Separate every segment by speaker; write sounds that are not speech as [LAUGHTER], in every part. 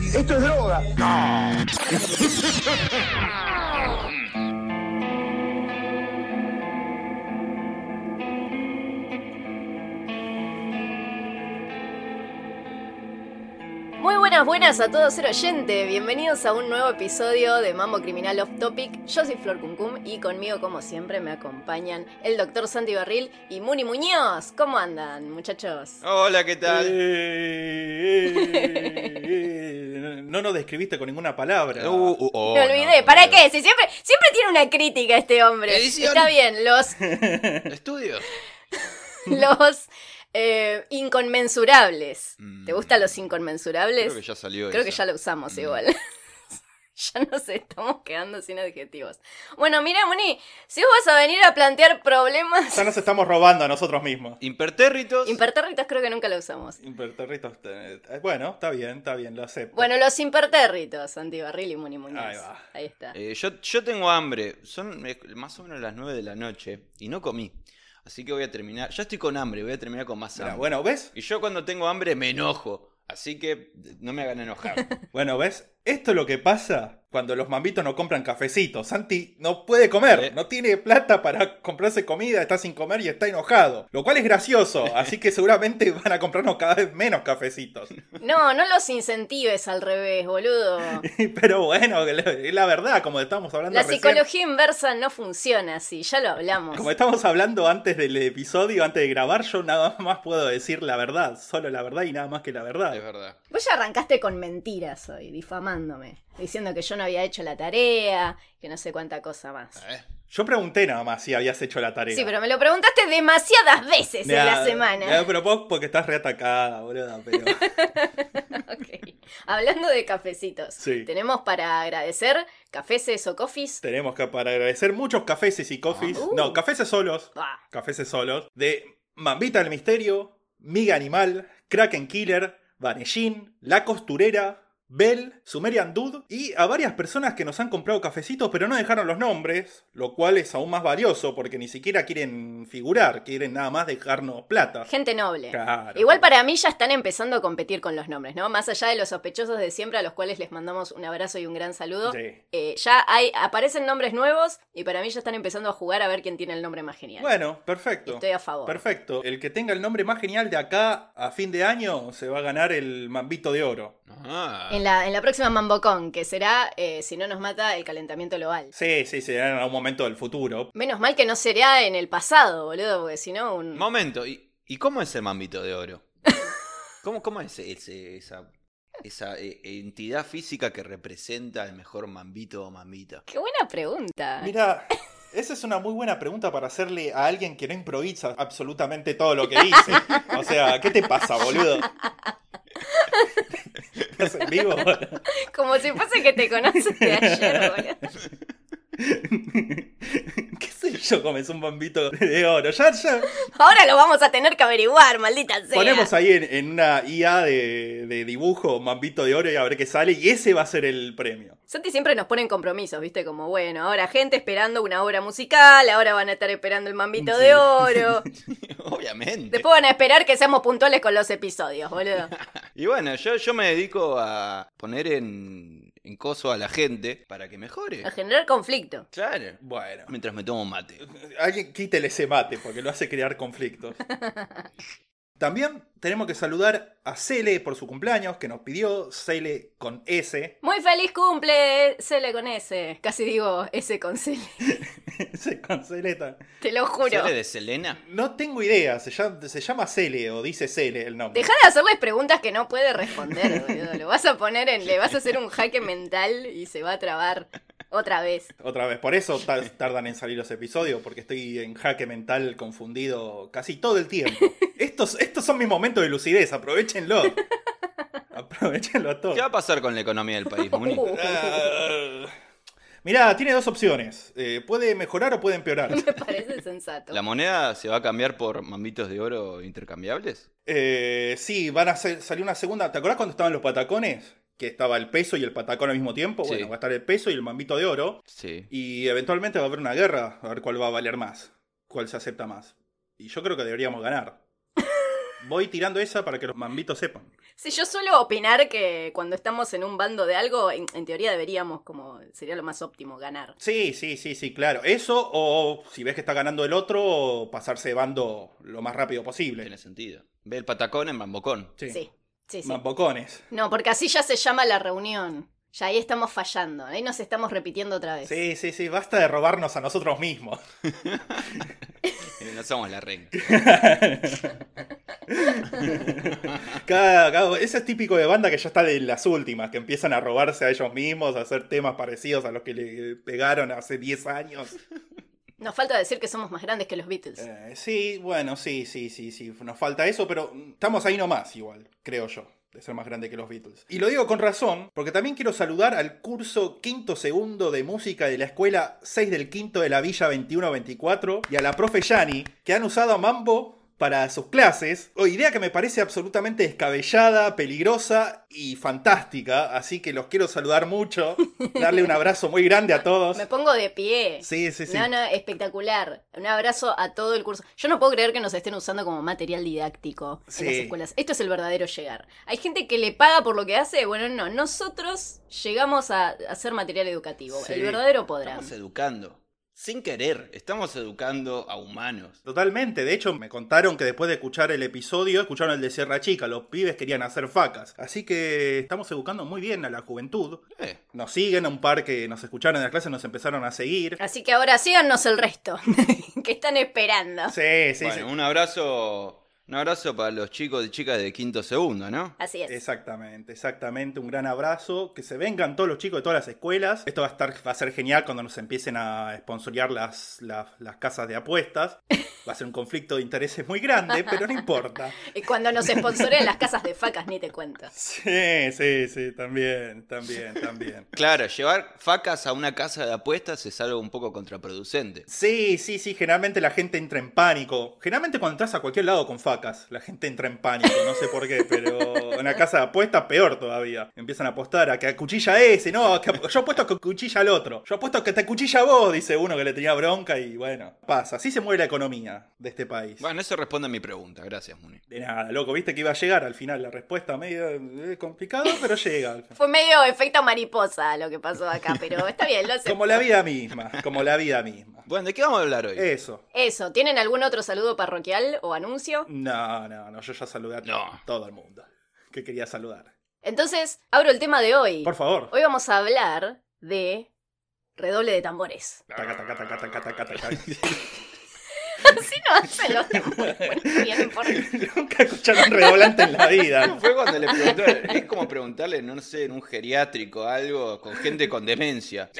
Speaker 1: Esto es droga.
Speaker 2: Muy buenas, buenas a todos, ser oyente. Bienvenidos a un nuevo episodio de Mambo Criminal Off Topic. Yo soy Flor Cuncum y conmigo, como siempre, me acompañan el doctor Santi Barril y Muni Muñoz. ¿Cómo andan, muchachos?
Speaker 3: Hola, ¿qué tal?
Speaker 4: Eh, eh, [LAUGHS] no nos describiste con ninguna palabra.
Speaker 3: Uh, uh, oh,
Speaker 2: Lo olvidé.
Speaker 3: no,
Speaker 2: ¿Para
Speaker 3: no.
Speaker 2: qué? Si siempre, siempre tiene una crítica este hombre.
Speaker 3: Edición.
Speaker 2: Está bien,
Speaker 3: [LAUGHS]
Speaker 2: los,
Speaker 3: Estudios.
Speaker 2: los eh, inconmensurables.
Speaker 3: Mm.
Speaker 2: ¿Te gustan los inconmensurables?
Speaker 3: Creo que ya salió
Speaker 2: Creo que
Speaker 3: esa.
Speaker 2: ya lo usamos
Speaker 3: Mm.
Speaker 2: igual. [LAUGHS] ya nos estamos quedando sin adjetivos. Bueno, mira, Muni, si vos vas a venir a plantear problemas.
Speaker 4: Ya nos estamos robando a nosotros mismos.
Speaker 3: Impertérritos.
Speaker 2: Impertérritos creo que nunca lo usamos.
Speaker 4: Imperterritos, eh, eh, Bueno, está bien, está bien, lo acepto.
Speaker 2: Bueno, los impertérritos, Antibarril y Muni Muñoz.
Speaker 4: Ahí va.
Speaker 2: Ahí está.
Speaker 3: Eh, yo, yo tengo hambre. Son eh, más o menos las 9 de la noche y no comí. Así que voy a terminar. Ya estoy con hambre, voy a terminar con más
Speaker 4: Mirá,
Speaker 3: hambre.
Speaker 4: bueno, ¿ves?
Speaker 3: Y yo cuando tengo hambre me enojo. Así que eh, no me
Speaker 4: [LAUGHS]
Speaker 3: hagan enojar.
Speaker 4: Bueno, ¿ves? Esto es lo que pasa cuando los mambitos no compran cafecitos. Santi no puede comer,
Speaker 3: Eh.
Speaker 4: no tiene plata para comprarse comida, está sin comer y está enojado. Lo cual es
Speaker 3: [LAUGHS]
Speaker 4: gracioso, así que seguramente van a comprarnos cada vez menos cafecitos. [LAUGHS]
Speaker 2: No, no los incentives al revés, boludo.
Speaker 4: Pero bueno, es la verdad, como estamos hablando
Speaker 2: La
Speaker 4: recién.
Speaker 2: psicología inversa no funciona así, ya lo hablamos.
Speaker 4: Como estamos hablando antes del episodio, antes de grabar, yo nada más puedo decir la verdad, solo la verdad y nada más que la
Speaker 3: es
Speaker 4: verdad.
Speaker 3: verdad.
Speaker 2: Vos ya arrancaste con mentiras hoy, difamándome, diciendo que yo no había hecho la tarea, que no sé cuánta cosa más.
Speaker 3: Eh,
Speaker 4: Yo pregunté nada más si habías hecho la tarea.
Speaker 2: Sí, pero me lo preguntaste demasiadas veces en
Speaker 4: Mirá,
Speaker 2: la semana.
Speaker 4: mirá, pero vos porque estás reatacada, boluda,
Speaker 2: [LAUGHS]
Speaker 4: pero...
Speaker 2: Ok. Hablando de cafecitos,
Speaker 4: Sí.
Speaker 2: tenemos para agradecer cafeses o coffees.
Speaker 4: Tenemos que para agradecer muchos cafés y coffees.
Speaker 2: Ah. Uh.
Speaker 4: No, cafés solos.
Speaker 2: Bah,
Speaker 4: Cafés solos. De Mambita del Misterio, Miga Animal, Kraken Killer, Vanellín, La Costurera. Bell, Sumerian Dude y a varias personas que nos han comprado cafecitos pero no dejaron los nombres, lo cual es aún más valioso porque ni siquiera quieren figurar, quieren nada más dejarnos plata.
Speaker 2: Gente noble.
Speaker 4: Claro.
Speaker 2: Igual para mí ya están empezando a competir con los nombres, ¿no? Más allá de los sospechosos de siempre, a los cuales les mandamos un abrazo y un gran saludo.
Speaker 4: Sí.
Speaker 2: Eh, ya hay, aparecen nombres nuevos y para mí ya están empezando a jugar a ver quién tiene el nombre más genial.
Speaker 4: Bueno, perfecto.
Speaker 2: Estoy a favor.
Speaker 4: Perfecto. El que tenga el nombre más genial de acá a fin de año se va a ganar el mambito de oro.
Speaker 3: ah.
Speaker 2: En la, en la próxima Mambocón, que será, eh, si no nos mata, el calentamiento global.
Speaker 4: Sí, sí, será en algún momento del futuro.
Speaker 2: Menos mal que no será en el pasado, boludo, porque si no, un...
Speaker 3: Momento, ¿y, y cómo es el mambito de oro? ¿Cómo, cómo es ese- esa, esa eh, entidad física que representa el mejor mambito o mambita? [LAUGHS]
Speaker 2: Qué buena pregunta.
Speaker 4: Mira, esa es una muy buena pregunta para hacerle a alguien que no improvisa absolutamente todo lo que dice. O sea, ¿qué te pasa, boludo? ¿Estás en vivo?
Speaker 2: [LAUGHS] Como si fuese que te
Speaker 4: [LAUGHS]
Speaker 2: conoces de ayer, boludo.
Speaker 4: ¿Qué sé yo? Comes un bombito de oro. Ya, ya.
Speaker 2: Ahora lo vamos a tener que averiguar, maldita sea.
Speaker 4: Ponemos ahí en, en una IA de, de dibujo mambito de oro y a ver qué sale. Y ese va a ser el premio.
Speaker 2: Santi siempre nos pone en compromisos, ¿viste? Como, bueno, ahora gente esperando una obra musical, ahora van a estar esperando el mambito
Speaker 4: [LAUGHS] Sí.
Speaker 2: de oro.
Speaker 3: Obviamente.
Speaker 2: Después van a esperar que seamos puntuales con los episodios, boludo.
Speaker 3: Y bueno, yo, yo me dedico a poner en, en coso a la gente para que mejore.
Speaker 2: A generar conflicto.
Speaker 3: Claro.
Speaker 4: Bueno.
Speaker 3: Mientras me tomo mate.
Speaker 4: Alguien quítele ese mate porque lo hace crear conflictos. También tenemos que saludar a Cele por su cumpleaños que nos pidió Cele con S. [LAUGHS]
Speaker 2: Muy feliz cumple, Cele con S. Casi digo S con Cele. [LAUGHS]
Speaker 4: Se canceleta.
Speaker 2: Te lo juro.
Speaker 3: ¿Sale de Selena?
Speaker 4: No tengo idea, se llama, se llama Cele o dice Cele el nombre.
Speaker 2: Deja de hacerles preguntas que no
Speaker 4: [LAUGHS]
Speaker 2: puede responder, boludo. Lo vas a poner en. Le vas a hacer un jaque mental y se va a trabar otra vez. [LAUGHS]
Speaker 4: Otra vez, por eso ta- tardan en salir los episodios, porque estoy en jaque mental confundido casi todo el tiempo. Estos, estos son mis momentos de lucidez, aprovechenlo. Aprovechenlo todo.
Speaker 3: ¿Qué va a pasar con la economía del país, Muni?
Speaker 4: Ah, [LAUGHS] Mirá, tiene dos opciones. Eh, puede mejorar o puede
Speaker 2: [LAUGHS]
Speaker 4: empeorar.
Speaker 2: Me parece sensato.
Speaker 3: ¿La moneda se va a cambiar por mambitos de oro intercambiables?
Speaker 4: Eh, sí, van a ser- salir una segunda. ¿Te acordás cuando estaban los patacones? Que estaba el peso y el patacón al mismo tiempo.
Speaker 3: Sí.
Speaker 4: Bueno, va a estar el peso y el mambito de oro.
Speaker 3: Sí.
Speaker 4: Y eventualmente va a haber una guerra. A ver cuál va a valer más. Cuál se acepta
Speaker 2: [LAUGHS]
Speaker 4: más. Y yo creo que deberíamos ganar. Voy tirando esa para que los mambitos sepan.
Speaker 2: Sí, yo suelo opinar que cuando estamos en un bando de algo, en, en teoría deberíamos, como sería lo más óptimo, ganar.
Speaker 4: Sí, sí, sí, sí, claro. Eso o si ves que está ganando el otro, pasarse de bando lo más rápido posible.
Speaker 3: Tiene sentido. Ve el patacón en Mambocón.
Speaker 4: Sí.
Speaker 2: Sí, sí, sí.
Speaker 4: Mambocones.
Speaker 2: No, porque así ya se llama la reunión. Ya ahí estamos fallando, ahí nos estamos repitiendo otra vez.
Speaker 4: Sí, sí, sí, basta de robarnos a nosotros mismos. [LAUGHS]
Speaker 3: Eh, [LAUGHS] No somos la renga.
Speaker 4: Cada- cada- ese es típico de banda que ya está de las últimas, que empiezan a robarse a ellos mismos, a hacer temas parecidos a los que le pegaron hace 10 años.
Speaker 2: Nos falta decir que somos más grandes que los Beatles.
Speaker 4: Eh, sí, bueno, sí, sí, sí, sí, nos falta eso, pero mm, estamos ahí nomás igual, creo yo, de ser más grande que los Beatles. Y lo digo con razón, porque también quiero saludar al curso quinto segundo de música de la escuela 6 del quinto de la Villa 2124 y a la profe Yani, que han usado a Mambo para sus clases, o idea que me parece absolutamente descabellada, peligrosa y fantástica, así que los quiero saludar mucho, darle un abrazo muy grande a todos.
Speaker 2: [LAUGHS] Me pongo de pie.
Speaker 4: Sí, sí, sí.
Speaker 2: No, no, espectacular. Un abrazo a todo el curso. Yo no puedo creer que nos estén usando como material didáctico
Speaker 4: Sí.
Speaker 2: en las escuelas. Esto es el verdadero llegar. Hay gente que le paga por lo que hace. Bueno, no, nosotros llegamos a a hacer material educativo.
Speaker 4: Sí.
Speaker 2: El verdadero podrá.
Speaker 3: Estamos educando. Sin querer, estamos educando a humanos.
Speaker 4: Totalmente, de hecho me contaron que después de escuchar el episodio, escucharon el de Sierra Chica, los pibes querían hacer facas. Así que estamos educando muy bien a la juventud.
Speaker 3: Eh,
Speaker 4: Nos siguen, un par que nos escucharon en la clase nos empezaron a seguir.
Speaker 2: Así que ahora síganos el resto. [LAUGHS] que están esperando.
Speaker 4: Sí, sí,
Speaker 3: bueno,
Speaker 4: sí.
Speaker 3: un abrazo. Un abrazo para los chicos y chicas de quinto segundo, ¿no?
Speaker 2: Así es.
Speaker 4: Exactamente, exactamente, un gran abrazo, que se vengan todos los chicos de todas las escuelas. Esto va a estar va a ser genial cuando nos empiecen a sponsorear las, las, las casas de apuestas. Va a ser un conflicto de intereses muy grande, pero no importa.
Speaker 2: Y cuando nos sponsoren las casas de facas, ni te cuento.
Speaker 4: Sí, sí, sí, también, también, también.
Speaker 3: Claro, llevar facas a una casa de apuestas es algo un poco contraproducente.
Speaker 4: Sí, sí, sí, generalmente la gente entra en pánico. Generalmente cuando entras a cualquier lado con facas, la gente entra en pánico, no sé por qué, pero en la casa de apuestas peor todavía. Empiezan a apostar a que acuchilla a ese, no, a que- yo apuesto a que acuchilla al otro, yo apuesto a que te acuchilla a vos, dice uno que le tenía bronca y bueno, pasa. Así se mueve la economía de este país.
Speaker 3: Bueno, eso responde a mi pregunta. Gracias, Muni.
Speaker 4: De nada, loco, viste que iba a llegar al final la respuesta medio eh, complicado, pero llega.
Speaker 2: Fue medio efecto mariposa lo que pasó acá, pero está
Speaker 4: [LAUGHS]
Speaker 2: bien, lo acepto.
Speaker 4: Como la vida misma, como la vida misma.
Speaker 3: Bueno, ¿de qué vamos a hablar hoy?
Speaker 4: Eso.
Speaker 2: Eso, ¿tienen algún otro saludo parroquial o anuncio?
Speaker 4: No, no, no, yo ya saludé a
Speaker 3: No.
Speaker 4: todo el mundo que quería saludar.
Speaker 2: Entonces, abro el tema de hoy.
Speaker 4: Por favor.
Speaker 2: Hoy vamos a hablar de redoble de [LAUGHS] tambores.
Speaker 4: Taca, taca, taca, taca, taca, taca. [LAUGHS]
Speaker 2: Así no [LAUGHS] hacen los tambores. Bueno, bien, no [LAUGHS] importa.
Speaker 4: Nunca escucharon redoblante en la
Speaker 3: [LAUGHS]
Speaker 4: vida.
Speaker 3: Fue cuando le preguntó, es como preguntarle, no sé, en un geriátrico algo, con gente
Speaker 4: [LAUGHS]
Speaker 3: con demencia.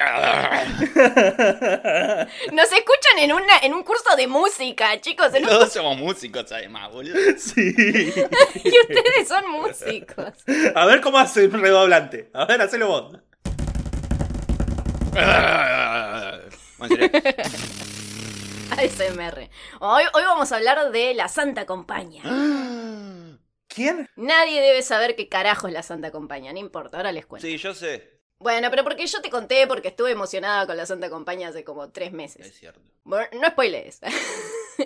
Speaker 2: Nos escuchan en, una, en un curso de música, chicos. en un-
Speaker 3: Todos somos músicos además, boludo.
Speaker 4: Sí.
Speaker 2: Y ustedes son músicos.
Speaker 4: A ver cómo hace un redoblante. A ver, hacelo vos. [LAUGHS]
Speaker 3: Bueno, sería-
Speaker 2: ASMR. Hoy, hoy vamos a hablar de la Santa Compañía.
Speaker 4: ¿Quién?
Speaker 2: Nadie debe saber qué carajo es la Santa Compañía, no importa, ahora les cuento.
Speaker 3: Sí, yo sé.
Speaker 2: Bueno, pero porque yo te conté, porque estuve emocionada con la Santa Compañía hace como tres meses.
Speaker 3: Es cierto.
Speaker 2: Bueno, no spoilees. [LAUGHS]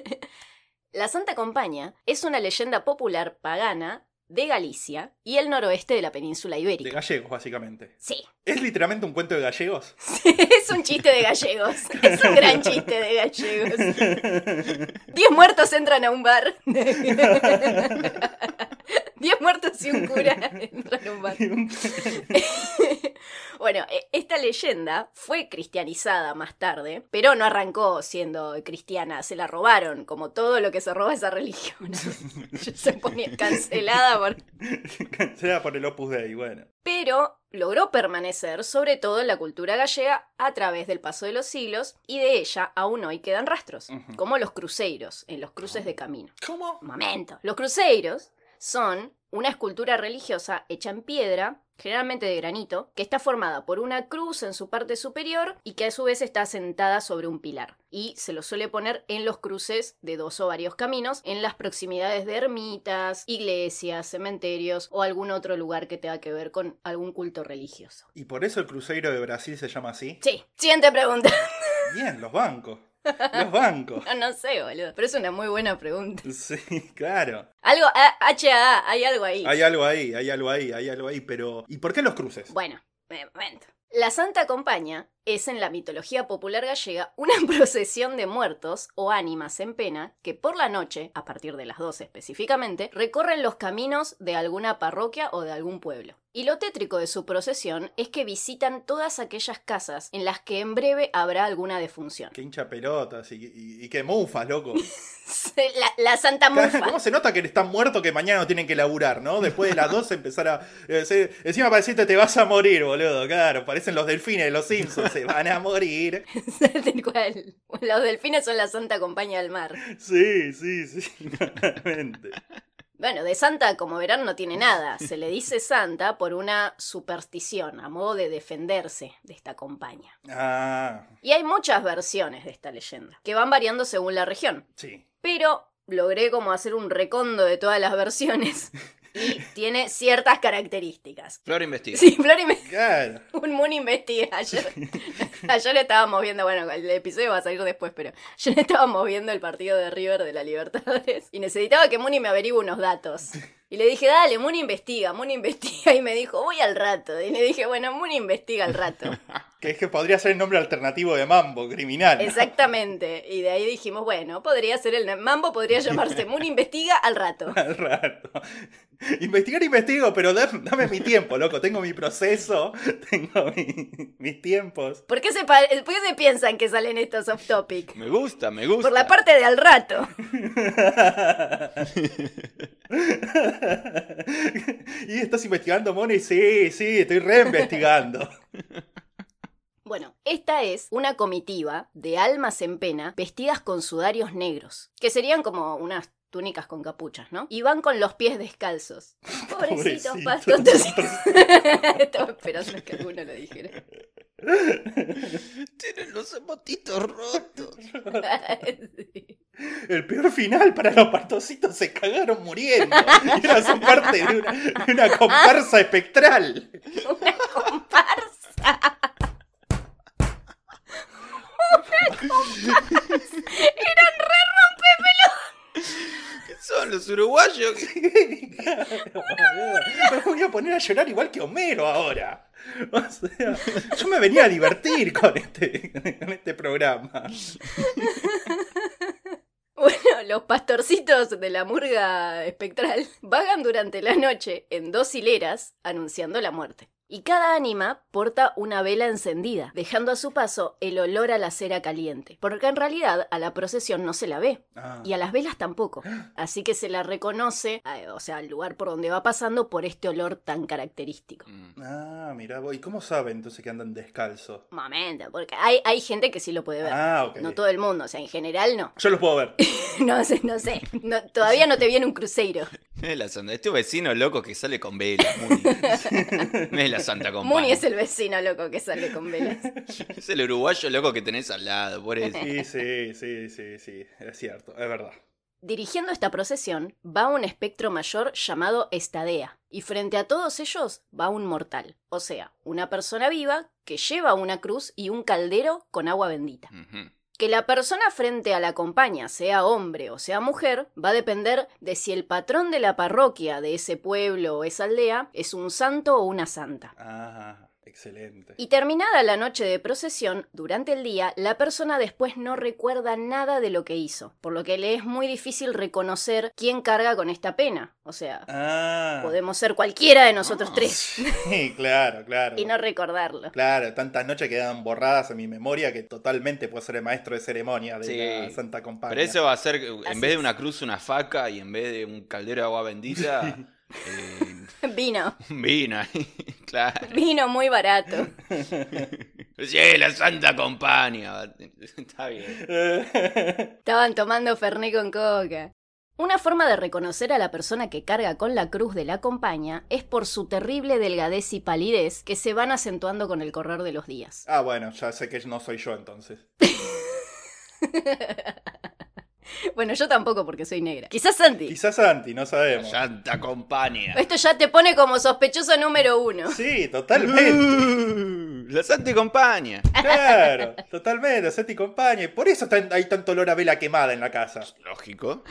Speaker 2: la Santa Compañía es una leyenda popular pagana de Galicia y el noroeste de la península
Speaker 4: De
Speaker 2: ibérica.
Speaker 4: gallegos, básicamente.
Speaker 2: Sí,
Speaker 4: ¿Es literalmente un cuento de gallegos? [LAUGHS]
Speaker 2: [LAUGHS] es un chiste de gallegos. Es un gran chiste de gallegos. Diez muertos entran a un bar. [LAUGHS] Diez muertos y un cura entran a un bar. [LAUGHS] Bueno, e- esta leyenda fue cristianizada más tarde, pero no arrancó siendo cristiana, se la robaron, como todo lo que se roba esa religión. [LAUGHS] se ponía cancelada por...
Speaker 4: Será por el Opus Dei, bueno.
Speaker 2: Pero logró permanecer, sobre todo en la cultura gallega, a través del paso de los siglos, y de ella aún hoy quedan rastros,
Speaker 4: Ujú.
Speaker 2: como los cruceros, en los cruces de camino.
Speaker 4: ¿Cómo?
Speaker 2: Un momento. Los cruceiros son una escultura religiosa hecha en piedra, generalmente de granito, que está formada por una cruz en su parte superior y que a su vez está sentada sobre un pilar. Y se lo suele poner en los cruces de dos o varios caminos, en las proximidades de ermitas, iglesias, cementerios o algún otro lugar que tenga que ver con algún culto religioso.
Speaker 4: ¿Y por eso el cruceiro de Brasil se llama así?
Speaker 2: Sí, siguiente pregunta. [LAUGHS]
Speaker 4: Bien, los bancos. Los bancos.
Speaker 2: No, no sé, boludo. Pero es una muy buena pregunta.
Speaker 4: Sí, claro.
Speaker 2: Algo, ah, a- HAA, hay algo ahí.
Speaker 4: Hay algo ahí, hay algo ahí, hay algo ahí, pero ¿y por qué los cruces?
Speaker 2: Bueno, eh, momento. La Santa Compaña es en la mitología popular gallega una [LAUGHS] procesión de muertos o ánimas en pena que por la noche, a partir de las 12 específicamente, recorren los caminos de alguna parroquia o de algún pueblo. Y lo tétrico de su procesión es que visitan todas aquellas casas en las que en breve habrá alguna defunción. [LAUGHS]
Speaker 4: Qué hincha pelotas y, y- y qué mufas, loco.
Speaker 2: La, la Santa Mufa. [LAUGHS]
Speaker 4: ¿Cómo se nota que están muertos que mañana no tienen que laburar, no? Después de las 12 empezar a. eh, se- encima para decirte te vas a morir, boludo. Claro, parecen los delfines de los Simpsons, se van a morir.
Speaker 2: Tal cual. Los delfines son la Santa Compañía del Mar.
Speaker 4: Sí, sí, sí, claramente.
Speaker 2: Bueno, de santa, como verán, no tiene nada. Se le dice santa por una superstición, a modo de defenderse de esta compañía.
Speaker 4: Ah,
Speaker 2: Y hay muchas versiones de esta leyenda, que van variando según la región.
Speaker 4: sí.
Speaker 2: Pero logré como hacer un recondo de todas las versiones. Y tiene ciertas características.
Speaker 3: Flor investiga.
Speaker 2: Sí, Flor y me-
Speaker 4: Claro.
Speaker 2: [LAUGHS] un Moon investiga. Ayer, [LAUGHS] ayer estábamos viendo, bueno, el episodio va a salir después, pero ayer estábamos viendo el partido de River de la Libertadores y necesitaba que Muni me averigüe unos datos. Y le dije, dale, Muni investiga, Muni investiga. [LAUGHS] Y me dijo, voy al rato. Y le dije, bueno, Muni investiga al rato.
Speaker 4: Que es que podría ser el nombre alternativo de Mambo, criminal.
Speaker 2: Exactamente. Y de ahí dijimos, bueno, podría ser el mambo, podría llamarse Muni investiga al rato.
Speaker 4: [LAUGHS] Al rato. Investigar, investigo, pero da- dame mi tiempo, loco. Tengo mi proceso, [LAUGHS] tengo mi- mis tiempos.
Speaker 2: ¿Por qué, se pa- ¿Por qué se piensan que salen estos off topic?
Speaker 3: Me gusta, me gusta.
Speaker 2: Por la parte de al rato.
Speaker 4: y estás investigando, Moni. Sí, sí, estoy reinvestigando.
Speaker 2: Bueno, esta es una comitiva de almas en pena vestidas con sudarios negros, que serían como unas túnicas con capuchas, ¿no? Y van con los pies descalzos. Pobrecitos
Speaker 4: Pobrecito.
Speaker 2: pastotos. Estaba esperando que alguno lo dijera. [LAUGHS]
Speaker 3: Tienen los emotitos rotos.
Speaker 2: Sí.
Speaker 4: El peor final para los partocitos se cagaron muriendo. Y ahora son parte de una, de una comparsa espectral.
Speaker 2: Una comparsa.
Speaker 3: ¿Qué son los uruguayos? que-
Speaker 4: Me voy a poner a llorar igual que Homero ahora. O sea, yo me venía a divertir con este, con este programa.
Speaker 2: [LAUGHS] Bueno, los pastorcitos de la murga espectral [LAUGHS] vagan durante la noche en dos hileras anunciando la muerte. Y cada ánima porta una vela encendida, dejando a su paso el olor a la cera caliente, porque en realidad a la procesión no se la ve,
Speaker 4: Ah,
Speaker 2: y a las
Speaker 4: [GASPS]
Speaker 2: velas tampoco. Así que se la reconoce, eh, o sea, al lugar por donde va pasando por este olor tan característico.
Speaker 3: Mm.
Speaker 4: ah, mirá vos. ¿Y cómo saben entonces que andan descalzos?
Speaker 2: Momento, porque hay, hay gente que sí lo puede ver.
Speaker 4: Ah, ok.
Speaker 2: No todo el mundo, o sea, en general no. [LAUGHS]
Speaker 4: Yo los puedo ver.
Speaker 2: No sé, no sé. No- todavía no te viene un cruceiro.
Speaker 3: No es la santa. Este vecino loco que sale con vela.
Speaker 2: [LAUGHS]
Speaker 3: Muni. No es la santa compañía.
Speaker 2: Muni es el vecino loco que sale con velas.
Speaker 3: Es el uruguayo loco que tenés al lado, por
Speaker 2: [LAUGHS]
Speaker 3: eso.
Speaker 4: Sí, sí, sí, sí, sí. Es cierto, es verdad.
Speaker 2: Dirigiendo esta procesión va un espectro mayor llamado Estadea, y frente a todos ellos va un mortal, o sea, una persona viva que lleva una cruz y un caldero con agua bendita.
Speaker 3: Ujú.
Speaker 2: Que la persona frente a la compañía, sea hombre o sea mujer, va a depender de si el patrón de la parroquia de ese pueblo o esa aldea es un santo o una santa.
Speaker 4: Ah, excelente.
Speaker 2: Y terminada la noche de procesión, durante el día, la persona después no recuerda nada de lo que hizo, por lo que le es muy difícil reconocer quién carga con esta pena. O sea,
Speaker 4: Ah,
Speaker 2: podemos ser cualquiera de nosotros
Speaker 3: Ah.
Speaker 2: tres
Speaker 4: sí, claro, claro.
Speaker 2: [LAUGHS] y no recordarlo.
Speaker 4: Claro, tantas noches quedan borradas en mi memoria que totalmente puedo ser el maestro de ceremonia de
Speaker 3: Sí.
Speaker 4: la Santa Compañía.
Speaker 3: Pero eso va a ser, en
Speaker 2: Así
Speaker 3: vez de
Speaker 2: es.
Speaker 3: una cruz, una faca y en vez de un caldero de agua bendita, eh,
Speaker 2: [LAUGHS] Vino,
Speaker 3: un vino ahí, [LAUGHS] claro.
Speaker 2: vino muy barato.
Speaker 3: Sí, la santa compañía. [LAUGHS] Está bien.
Speaker 2: Estaban tomando Ferné con coca. Una forma de reconocer a la persona que carga con la cruz de la compañía es por su terrible delgadez y palidez que se van acentuando con el correr de los días.
Speaker 4: [LAUGHS]
Speaker 2: [LAUGHS]
Speaker 4: Ah, bueno, ya sé que no soy yo entonces.
Speaker 2: Bueno, yo tampoco porque soy negra. Quizás Santi.
Speaker 4: Quizás Santi, no sabemos.
Speaker 3: Santa compañía.
Speaker 2: Esto ya te pone como sospechoso número uno. [LAUGHS]
Speaker 4: Sí, totalmente.
Speaker 3: Uh, La Santi compañía.
Speaker 4: Claro, totalmente, Santi y compañía. Y Por eso está- hay tanto olor a vela quemada en la casa.
Speaker 3: Lógico.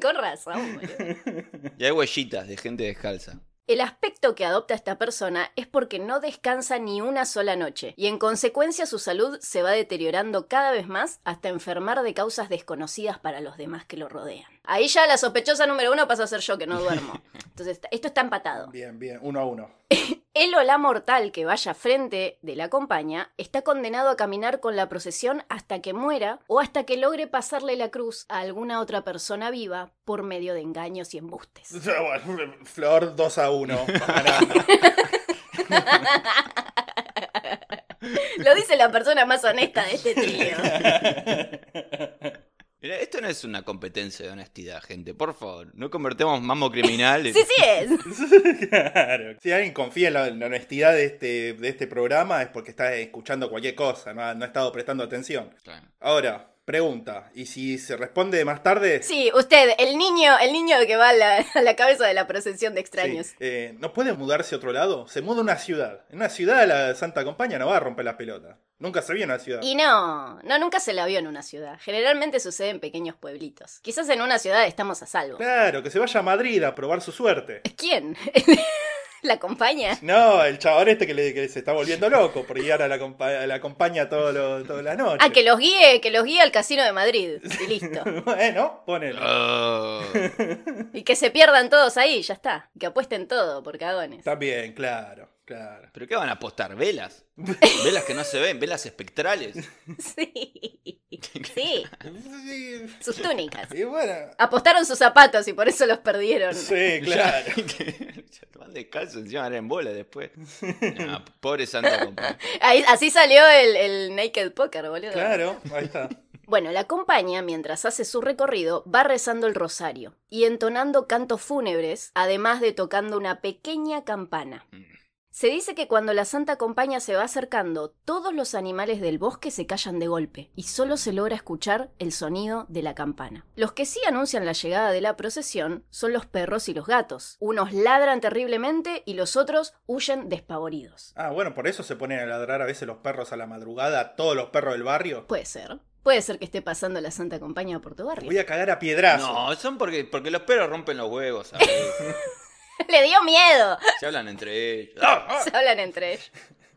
Speaker 2: Con razón, boludo.
Speaker 3: Y hay huellitas de gente descalza.
Speaker 2: El aspecto que adopta esta persona es porque no descansa ni una sola noche y en consecuencia su salud se va deteriorando cada vez más hasta enfermar de causas desconocidas para los demás que lo rodean. Ahí ya la sospechosa número uno pasa a ser yo que no duermo. Entonces, esto está empatado.
Speaker 4: Bien, bien, uno a uno. [LAUGHS]
Speaker 2: El o la mortal que vaya frente de la compañía está condenado a caminar con la procesión hasta que muera o hasta que logre pasarle la cruz a alguna otra persona viva por medio de engaños
Speaker 4: [LAUGHS]
Speaker 2: y embustes.
Speaker 4: Bueno, Flor, 2 a 1.
Speaker 2: Lo dice la persona más honesta de este trío.
Speaker 3: Mira, esto no es una competencia de honestidad, gente. Por favor, no convertemos mambo criminal en...
Speaker 2: Sí, sí es.
Speaker 4: Claro. Si alguien confía en la, en la honestidad de este, de este programa es porque está escuchando cualquier cosa, no ha, no ha estado prestando atención.
Speaker 3: Claro.
Speaker 4: Ahora, pregunta, ¿y si se responde más tarde?
Speaker 2: Sí, usted, el niño, el niño que va a la, a la cabeza de la procesión de extraños.
Speaker 4: Sí. Eh, ¿No puede mudarse a otro lado? Se muda a una ciudad. En una ciudad la Santa Compañía no va a romper las pelotas. Nunca se vio en una ciudad.
Speaker 2: Y no, no, nunca se la vio en una ciudad. Generalmente sucede en pequeños pueblitos. Quizás en una ciudad estamos a salvo.
Speaker 4: Claro, que se vaya a Madrid a probar su suerte.
Speaker 2: ¿Quién? [LAUGHS] ¿La compañía?
Speaker 4: No, el chabón este que, le- que se está volviendo loco por guiar a la, compa- a la compañía todo lo- toda la noche.
Speaker 2: Ah, que los guíe, que los guíe al casino de Madrid. Y listo.
Speaker 4: Bueno, ponelo.
Speaker 2: Ah.
Speaker 3: Oh.
Speaker 2: Y que se pierdan todos ahí, ya está. Que apuesten todo, por cagones.
Speaker 4: También, claro, claro.
Speaker 3: ¿Pero qué van a apostar? ¿Velas? ¿Velas que no se ven? ¿Velas espectrales?
Speaker 2: [LAUGHS] Sí.
Speaker 4: [LAUGHS]
Speaker 2: Sí,
Speaker 4: Sí,
Speaker 2: sus túnicas.
Speaker 4: Y bueno.
Speaker 2: Apostaron sus zapatos y por eso los perdieron.
Speaker 4: Sí, [LAUGHS] claro.
Speaker 3: [LAUGHS] Ya, ya te van descalzo encima van en bola después. No, pobre
Speaker 4: [LAUGHS]
Speaker 3: Santa Compañía.
Speaker 2: Ahí- así salió el, el Naked Poker, boludo.
Speaker 4: Claro, ahí está.
Speaker 2: Bueno, la compañía, mientras hace su recorrido, va rezando el rosario y entonando cantos fúnebres, además de tocando una pequeña campana. Se dice que cuando la Santa Compañía se va acercando, todos los animales del bosque se callan de golpe y solo se logra escuchar el sonido de la campana. Los que sí anuncian la llegada de la procesión son los perros y los gatos. Unos ladran terriblemente y los otros huyen despavoridos.
Speaker 4: Ah, bueno, por eso se ponen a ladrar a veces los perros a la madrugada, todos los perros del barrio.
Speaker 2: Puede ser. Puede ser que esté pasando la Santa Compañía por tu barrio.
Speaker 4: Voy a cagar a piedrazo.
Speaker 3: No, son porque, porque los perros rompen los huevos. ¿sabes?
Speaker 2: [LAUGHS] Le dio miedo.
Speaker 3: Se hablan entre ellos.
Speaker 4: Ah, ah.
Speaker 2: Se hablan entre ellos. [LAUGHS]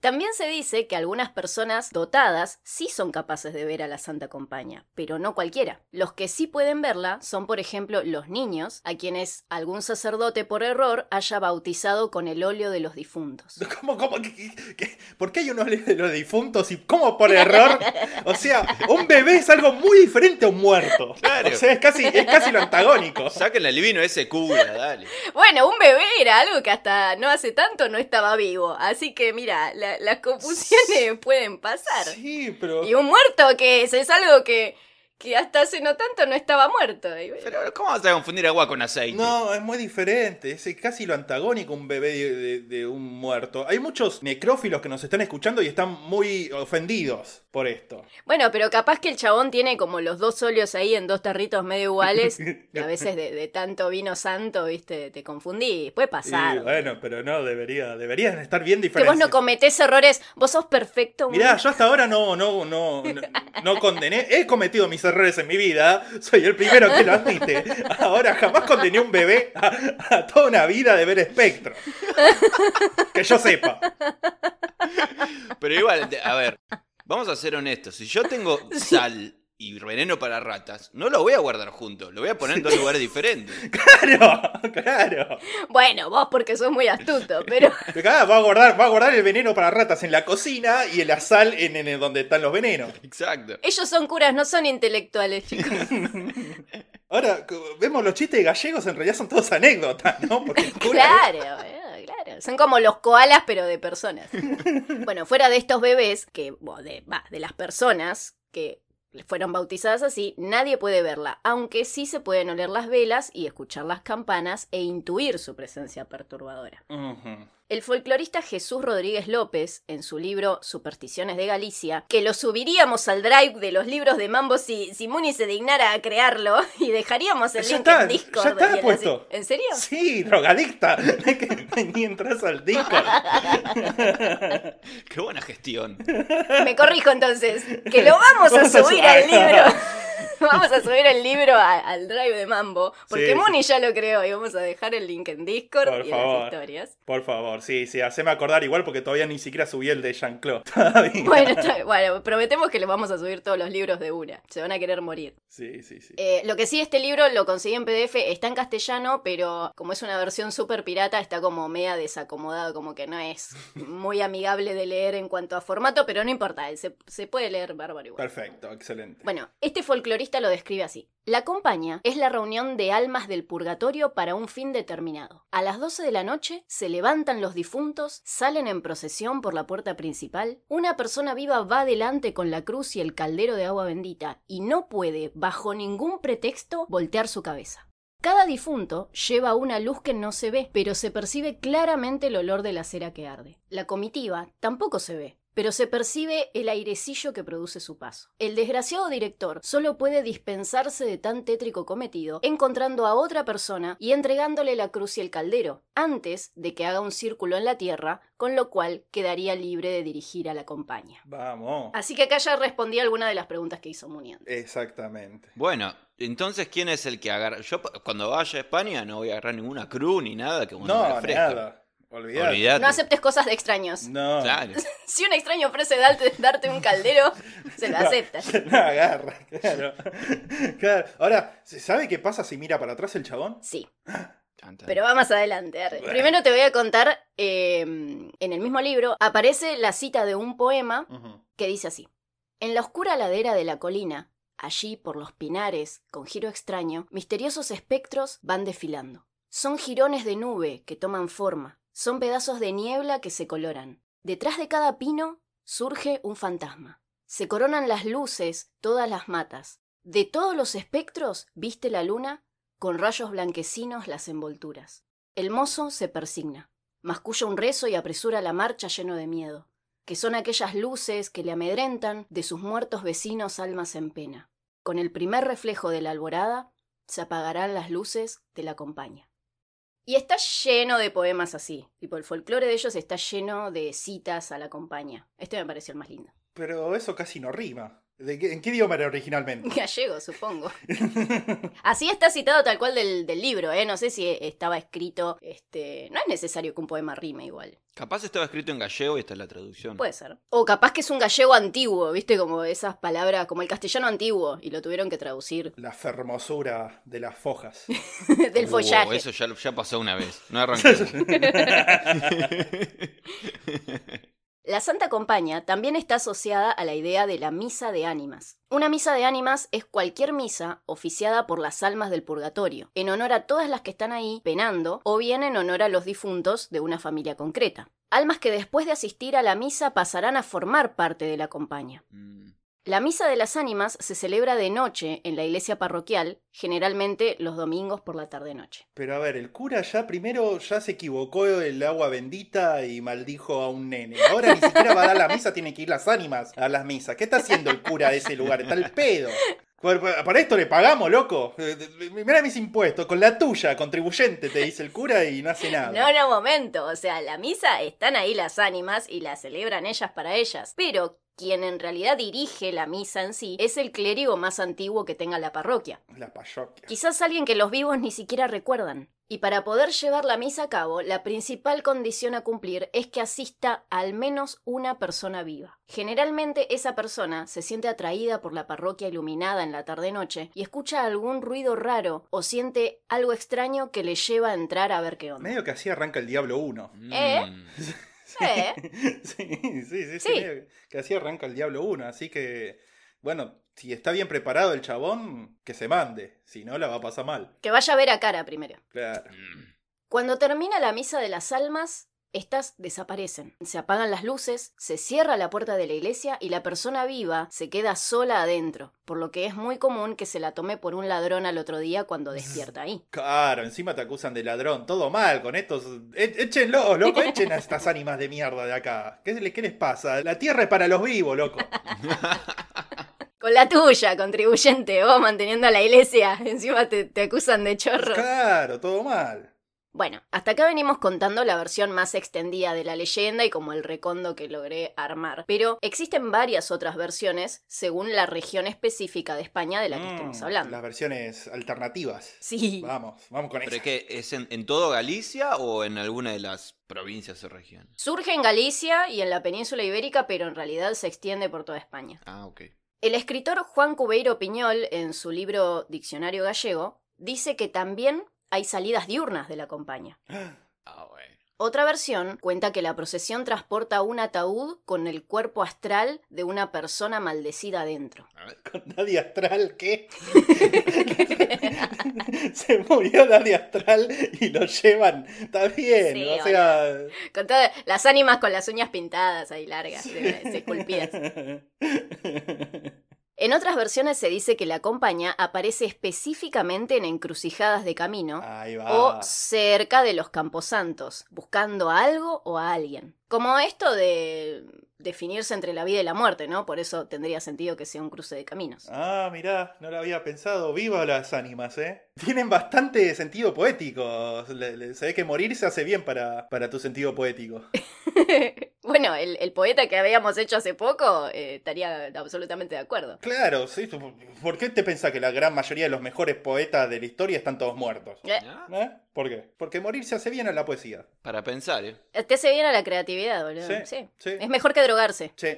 Speaker 2: También se dice que algunas personas dotadas sí son capaces de ver a la Santa Compañía, pero no cualquiera. Los que sí pueden verla son, por ejemplo, los niños, a quienes algún sacerdote por error haya bautizado con el óleo de los [LAUGHS] difuntos.
Speaker 4: ¿Cómo, cómo, qué, qué- qué? por qué hay unos de los difuntos y cómo por error? O sea, un bebé es algo muy diferente a un muerto.
Speaker 3: Claro.
Speaker 4: O sea, es casi, es casi lo antagónico.
Speaker 3: Saquen el vino ese cura, dale.
Speaker 2: Bueno, un bebé era algo que hasta no hace tanto no estaba vivo, así que mira, la- las confusiones pueden pasar.
Speaker 4: Sí, pero.
Speaker 2: Y un muerto que es, es algo que, que hasta hace no tanto no estaba muerto. Y bueno.
Speaker 3: Pero ¿cómo vas a confundir agua con aceite?
Speaker 4: No, es muy diferente. Es casi lo antagónico un bebé de, de- de un muerto. Hay muchos necrófilos que nos están escuchando y están muy ofendidos por esto.
Speaker 2: Bueno, pero capaz que el chabón tiene como los dos óleos ahí en dos tarritos medio iguales. y a veces de, de tanto vino santo, viste, te confundí. Puede
Speaker 4: Y
Speaker 2: pasar.
Speaker 4: bueno, pero no, debería, deberían estar bien
Speaker 2: que
Speaker 4: diferentes.
Speaker 2: vos no cometés errores, vos sos perfecto.
Speaker 4: Mirá,
Speaker 2: boludo.
Speaker 4: yo hasta ahora no, no, no, no, no condené. He cometido mis errores en mi vida. Soy el primero que lo admite. Ahora jamás condené a un bebé a, a toda una vida de ver espectro. Que yo sepa.
Speaker 3: Pero igual, te- a ver, vamos a ser honestos. Si yo
Speaker 4: [LAUGHS]
Speaker 3: tengo sal y veneno para ratas, no lo voy a guardar junto. Lo voy a poner en dos lugares diferentes.
Speaker 4: [LAUGHS] Claro, claro.
Speaker 2: Bueno, vos porque sos muy astuto, pero [LAUGHS]
Speaker 4: Te cagás, va a guardar, va a guardar el veneno para ratas en la cocina y la sal en, en el- donde están los venenos.
Speaker 3: Exacto.
Speaker 2: ellos son curas, no son intelectuales, chicos.
Speaker 4: Ahora, cu- vemos los chistes gallegos, en realidad son todos anécdotas, ¿no? Porque el cura- [LAUGHS]
Speaker 2: Claro, eh, claro. Son como los koalas, pero de personas. Bueno, fuera de estos bebés, que, bueno, de, va, de las personas que Fueron bautizadas así, nadie puede verla, aunque sí se pueden oler las velas y escuchar las campanas e intuir su presencia perturbadora.
Speaker 4: Ujú.
Speaker 2: El folclorista Jesús Rodríguez López, en su libro Supersticiones de Galicia, que lo subiríamos al drive de los libros de Mambo si, si Muni se dignara a crearlo [LAUGHS] y dejaríamos el
Speaker 4: Ya
Speaker 2: link
Speaker 4: está,
Speaker 2: en Discord.
Speaker 4: ya está
Speaker 2: y en la-
Speaker 4: puesto.
Speaker 2: ¿En serio?
Speaker 4: Sí, drogadicta. [LAUGHS] Es que ni entras al Discord.
Speaker 3: Qué buena gestión.
Speaker 2: Me corrijo entonces, que lo vamos a
Speaker 4: Vamos a
Speaker 2: subir
Speaker 4: su-
Speaker 2: al libro. [LAUGHS] Vamos a subir el libro a- al drive de Mambo, porque
Speaker 4: Sí,
Speaker 2: Muni ya lo creó y vamos a dejar el link en Discord
Speaker 4: Por
Speaker 2: y en
Speaker 4: favor.
Speaker 2: las historias.
Speaker 4: Por favor, sí, sí, haceme acordar igual porque todavía ni siquiera subí el de Jean-Claude. [LAUGHS] Todavía.
Speaker 2: Bueno, está- bueno, prometemos que le vamos a subir todos los libros de una. Se van a querer morir.
Speaker 4: Sí, sí, sí.
Speaker 2: Eh, lo que sí, este libro lo conseguí en PDF, está en castellano, pero como es una versión súper pirata, está como media desacomodado, como que no es muy amigable de leer en cuanto a formato, pero no importa, se, se puede leer bárbaro igual.
Speaker 4: Perfecto, excelente.
Speaker 2: Bueno, este folclorista lo describe así. La compañía es la reunión de almas del purgatorio para un fin determinado. A las 12 de la noche se levantan los difuntos, salen en procesión por la puerta principal, una persona viva va adelante con la cruz y el caldero de agua bendita y no puede, bajo ningún pretexto, voltear su cabeza. Cada difunto lleva una luz que no se ve, pero se percibe claramente el olor de la cera que arde. La comitiva tampoco se ve, pero se percibe el airecillo que produce su paso. El desgraciado director solo puede dispensarse de tan tétrico cometido, encontrando a otra persona y entregándole la cruz y el caldero, antes de que haga un círculo en la tierra, con lo cual quedaría libre de dirigir a la compañía.
Speaker 4: Vamos.
Speaker 2: Así que acá ya respondí a alguna de las preguntas que hizo Munian.
Speaker 4: Exactamente.
Speaker 3: Bueno, entonces, ¿quién es el que agarra? Yo pa- cuando vaya a España no voy a agarrar ninguna cruz ni nada que bueno, me
Speaker 4: No,
Speaker 3: refresca.
Speaker 4: nada. Olvidate.
Speaker 3: Olvidate.
Speaker 2: No aceptes cosas de extraños.
Speaker 4: No. [LAUGHS]
Speaker 2: [LAUGHS]
Speaker 3: Claro.
Speaker 2: Si un extraño ofrece darte, darte un caldero, se lo
Speaker 4: No.
Speaker 2: aceptas.
Speaker 4: No agarra, claro. Claro. Ahora, ¿se sabe qué pasa si mira para atrás el chabón?
Speaker 2: Sí.
Speaker 3: Tan, tan.
Speaker 2: Pero va más adelante. arre. Primero te voy a contar, eh, en el mismo libro aparece la cita de un poema
Speaker 4: Ujú.
Speaker 2: que dice así. En la oscura ladera de la colina, allí por los pinares, con giro extraño, misteriosos espectros van desfilando. Son jirones de nube que toman forma, son pedazos de niebla que se coloran. Detrás de cada pino surge un fantasma. Se coronan las luces, todas las matas. De todos los espectros viste la luna, con rayos blanquecinos las envolturas. El mozo se persigna, masculla un rezo y apresura la marcha lleno de miedo que son aquellas luces que le amedrentan de sus muertos vecinos almas en pena. Con el primer reflejo de la alborada se apagarán las luces de la compañía. Y está lleno de poemas así, tipo el folclore de ellos está lleno de citas a la compañía. Este me pareció el más lindo. [LAUGHS]
Speaker 4: Pero eso casi no rima. ¿De qué- ¿En qué idioma era
Speaker 2: [LAUGHS]
Speaker 4: originalmente?
Speaker 2: Gallego, supongo. Así está citado tal cual del, del libro, ¿eh? No sé si estaba escrito, este... No es necesario que un poema rime igual.
Speaker 3: Capaz estaba escrito en gallego y esta es la traducción.
Speaker 2: Puede ser. O capaz que es un gallego antiguo, ¿viste? Como esas palabras, como el castellano antiguo, y lo tuvieron que traducir [LAUGHS]
Speaker 4: La fermosura de las fojas.
Speaker 2: del
Speaker 3: Uh,
Speaker 2: follaje.
Speaker 3: Eso ya, ya pasó una vez.
Speaker 4: [LAUGHS]
Speaker 3: No arranquemos.
Speaker 4: Eh.
Speaker 2: La Santa Compañía también está asociada a la idea de la misa de ánimas. Una misa de ánimas es cualquier misa oficiada por las almas del purgatorio, en honor a todas las que están ahí penando o bien en honor a los difuntos de una familia concreta. Almas que después de asistir a la misa pasarán a formar parte de la compañía.
Speaker 3: Mm.
Speaker 2: La Misa de las Ánimas se celebra de noche en la iglesia parroquial, generalmente los domingos por la tarde-noche.
Speaker 4: Pero a ver, el cura ya primero ya se equivocó el agua bendita y maldijo a un nene. Ahora ni siquiera va a dar la misa, tiene que ir las ánimas a las misas. ¿Qué está haciendo el cura de ese lugar? Está el pedo. Por- por- Para esto le pagamos, loco. Eh, eh, Mirá mis impuestos, con la tuya, contribuyente, te dice el cura y no hace nada.
Speaker 2: No, no, momento. O sea, la misa están ahí las ánimas y la celebran ellas para ellas. Pero quien en realidad dirige la misa en sí es el clérigo más antiguo que tenga la parroquia.
Speaker 4: La payoquia.
Speaker 2: Quizás alguien que los vivos ni siquiera recuerdan. Y para poder llevar la misa a cabo, la principal condición a cumplir es que asista al menos una persona viva. Generalmente esa persona se siente atraída por la parroquia iluminada en la tarde-noche y escucha algún ruido raro o siente algo extraño que le lleva a entrar a ver qué onda.
Speaker 4: Medio que así arranca el Diablo 1.
Speaker 2: ¿Eh?
Speaker 3: Mm.
Speaker 2: Eh.
Speaker 4: [LAUGHS] sí, sí, sí, sí,
Speaker 2: Sí.
Speaker 4: medio Que así arranca el Diablo 1, así que, bueno, si está bien preparado el chabón, que se mande, si no la va a pasar mal.
Speaker 2: Que vaya a ver a cara primero.
Speaker 4: Claro.
Speaker 3: Mm.
Speaker 2: Cuando termina la misa de las almas, Estas desaparecen. Se apagan las luces, se cierra la puerta de la iglesia y la persona viva se queda sola adentro, por lo que es muy común que se la tome por un ladrón al otro día cuando despierta ahí.
Speaker 4: Claro, encima te acusan de ladrón. Todo mal con estos. E- échenlo, loco.
Speaker 2: [LAUGHS]
Speaker 4: Echen a estas ánimas de mierda de acá. ¿Qué, le- qué les pasa? La tierra es para los vivos,
Speaker 2: [LAUGHS]
Speaker 4: loco.
Speaker 2: Con la tuya, contribuyente, vos manteniendo a la iglesia, [LAUGHS] encima te, te acusan de chorro.
Speaker 4: Claro, todo mal.
Speaker 2: Bueno, hasta acá venimos contando la versión más extendida de la leyenda y como el recondo que logré armar, pero existen varias otras versiones según la región específica de España de la que
Speaker 4: Mm,
Speaker 2: estemos hablando.
Speaker 4: Las versiones alternativas.
Speaker 2: Sí,
Speaker 4: Vamos, vamos con
Speaker 3: ¿Pero
Speaker 4: [LAUGHS]
Speaker 3: es
Speaker 4: eso.
Speaker 3: que es en, en todo Galicia o en alguna de las provincias o regiones?
Speaker 2: surge en Galicia y en la península ibérica, pero en realidad se extiende por toda España.
Speaker 3: Ah, ok.
Speaker 2: El escritor Juan Cubeiro Piñol, en su libro Diccionario Gallego, dice que también hay salidas diurnas de la compañía.
Speaker 3: Ah, bueno.
Speaker 2: Otra versión cuenta que la procesión transporta un ataúd con el cuerpo astral de una persona maldecida dentro.
Speaker 3: A ver.
Speaker 4: Con Nadia Astral,
Speaker 2: [LAUGHS]
Speaker 4: ¿qué? [LAUGHS] Se murió Nadia Astral y lo llevan. Está bien,
Speaker 2: Sí,
Speaker 4: o sea.
Speaker 2: Con todas las ánimas con las uñas pintadas ahí largas,
Speaker 4: [LAUGHS]
Speaker 2: de- de esculpidas. En otras versiones se dice que la compañía aparece específicamente en encrucijadas de camino,
Speaker 4: Ahí
Speaker 2: o
Speaker 4: va.
Speaker 2: cerca de los camposantos, buscando a algo o a alguien. Como esto de definirse entre la vida y la muerte, ¿no? Por eso tendría sentido que sea un cruce de caminos.
Speaker 4: Ah, mirá, no lo había pensado. Viva las ánimas, ¿eh? Tienen bastante sentido poético. Le- le- se ve que morir se hace bien para, para tu sentido poético.
Speaker 2: [LAUGHS] bueno, el, el poeta que habíamos hecho hace poco eh, estaría absolutamente de acuerdo.
Speaker 4: Claro, sí. tú- ¿Por qué te pensás que la gran mayoría de los mejores poetas de la historia están todos muertos?
Speaker 2: Eh,
Speaker 3: Ah,
Speaker 4: ¿Eh? ¿Por qué? Porque morir se hace bien a la poesía.
Speaker 3: Para pensar, ¿eh?
Speaker 2: Te hace bien a la creatividad, boludo.
Speaker 4: Sí,
Speaker 2: Sí.
Speaker 4: sí.
Speaker 2: Es mejor que drogarse.
Speaker 4: Sí,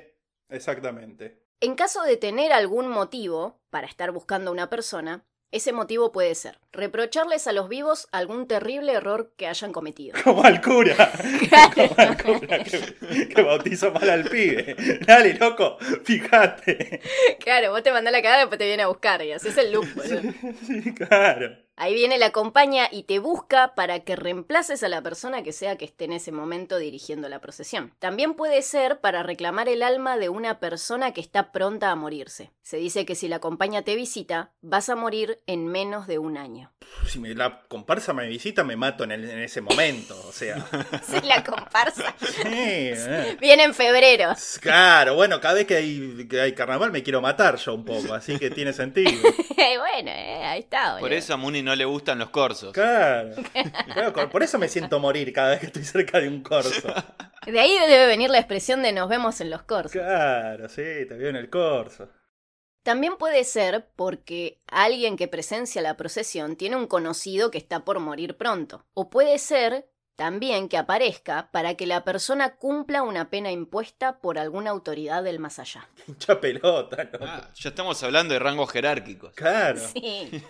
Speaker 4: exactamente. [LAUGHS]
Speaker 2: En caso de tener algún motivo para estar buscando a una persona, ese motivo puede ser reprocharles a los vivos algún terrible error que hayan cometido. [LAUGHS]
Speaker 4: Como al cura. [LAUGHS] Como al cura que, que bautizó mal al pibe. Dale, loco, fíjate.
Speaker 2: Claro, vos te mandás la cagada y después te viene a buscar y haces el loop, boludo.
Speaker 4: Sí, claro.
Speaker 2: Ahí viene la compañía y te busca para que reemplaces a la persona que sea que esté en ese momento dirigiendo la procesión. También puede ser para reclamar el alma de una persona que está pronta a morirse. Se dice que si la compañía te visita, vas a morir en menos de un año. [LAUGHS]
Speaker 4: pues, Si me la comparsa me visita, me mato en, el- en ese momento. O sea.
Speaker 2: Sí, la comparsa.
Speaker 4: Sí, eh.
Speaker 2: Viene en febrero. [LAUGHS]
Speaker 4: Claro, bueno, cada vez que hay, que hay carnaval me quiero matar yo un poco, así que tiene sentido.
Speaker 2: bueno, eh, ahí está, boludo.
Speaker 3: Por eso a Muni no le gustan los corsos.
Speaker 4: Claro. Claro, con- por eso me siento morir cada vez que estoy cerca de un corso.
Speaker 2: De ahí debe venir la expresión de nos vemos en los corsos.
Speaker 4: Claro, sí, te veo en el corso.
Speaker 2: También puede ser porque alguien que presencia la procesión tiene un conocido que está por morir pronto. O puede ser también que aparezca para que la persona cumpla una pena impuesta por alguna autoridad del más allá.
Speaker 4: Mucha pelota, loco.
Speaker 3: Ah, ya estamos hablando de rangos jerárquicos.
Speaker 4: Claro.
Speaker 2: Sí.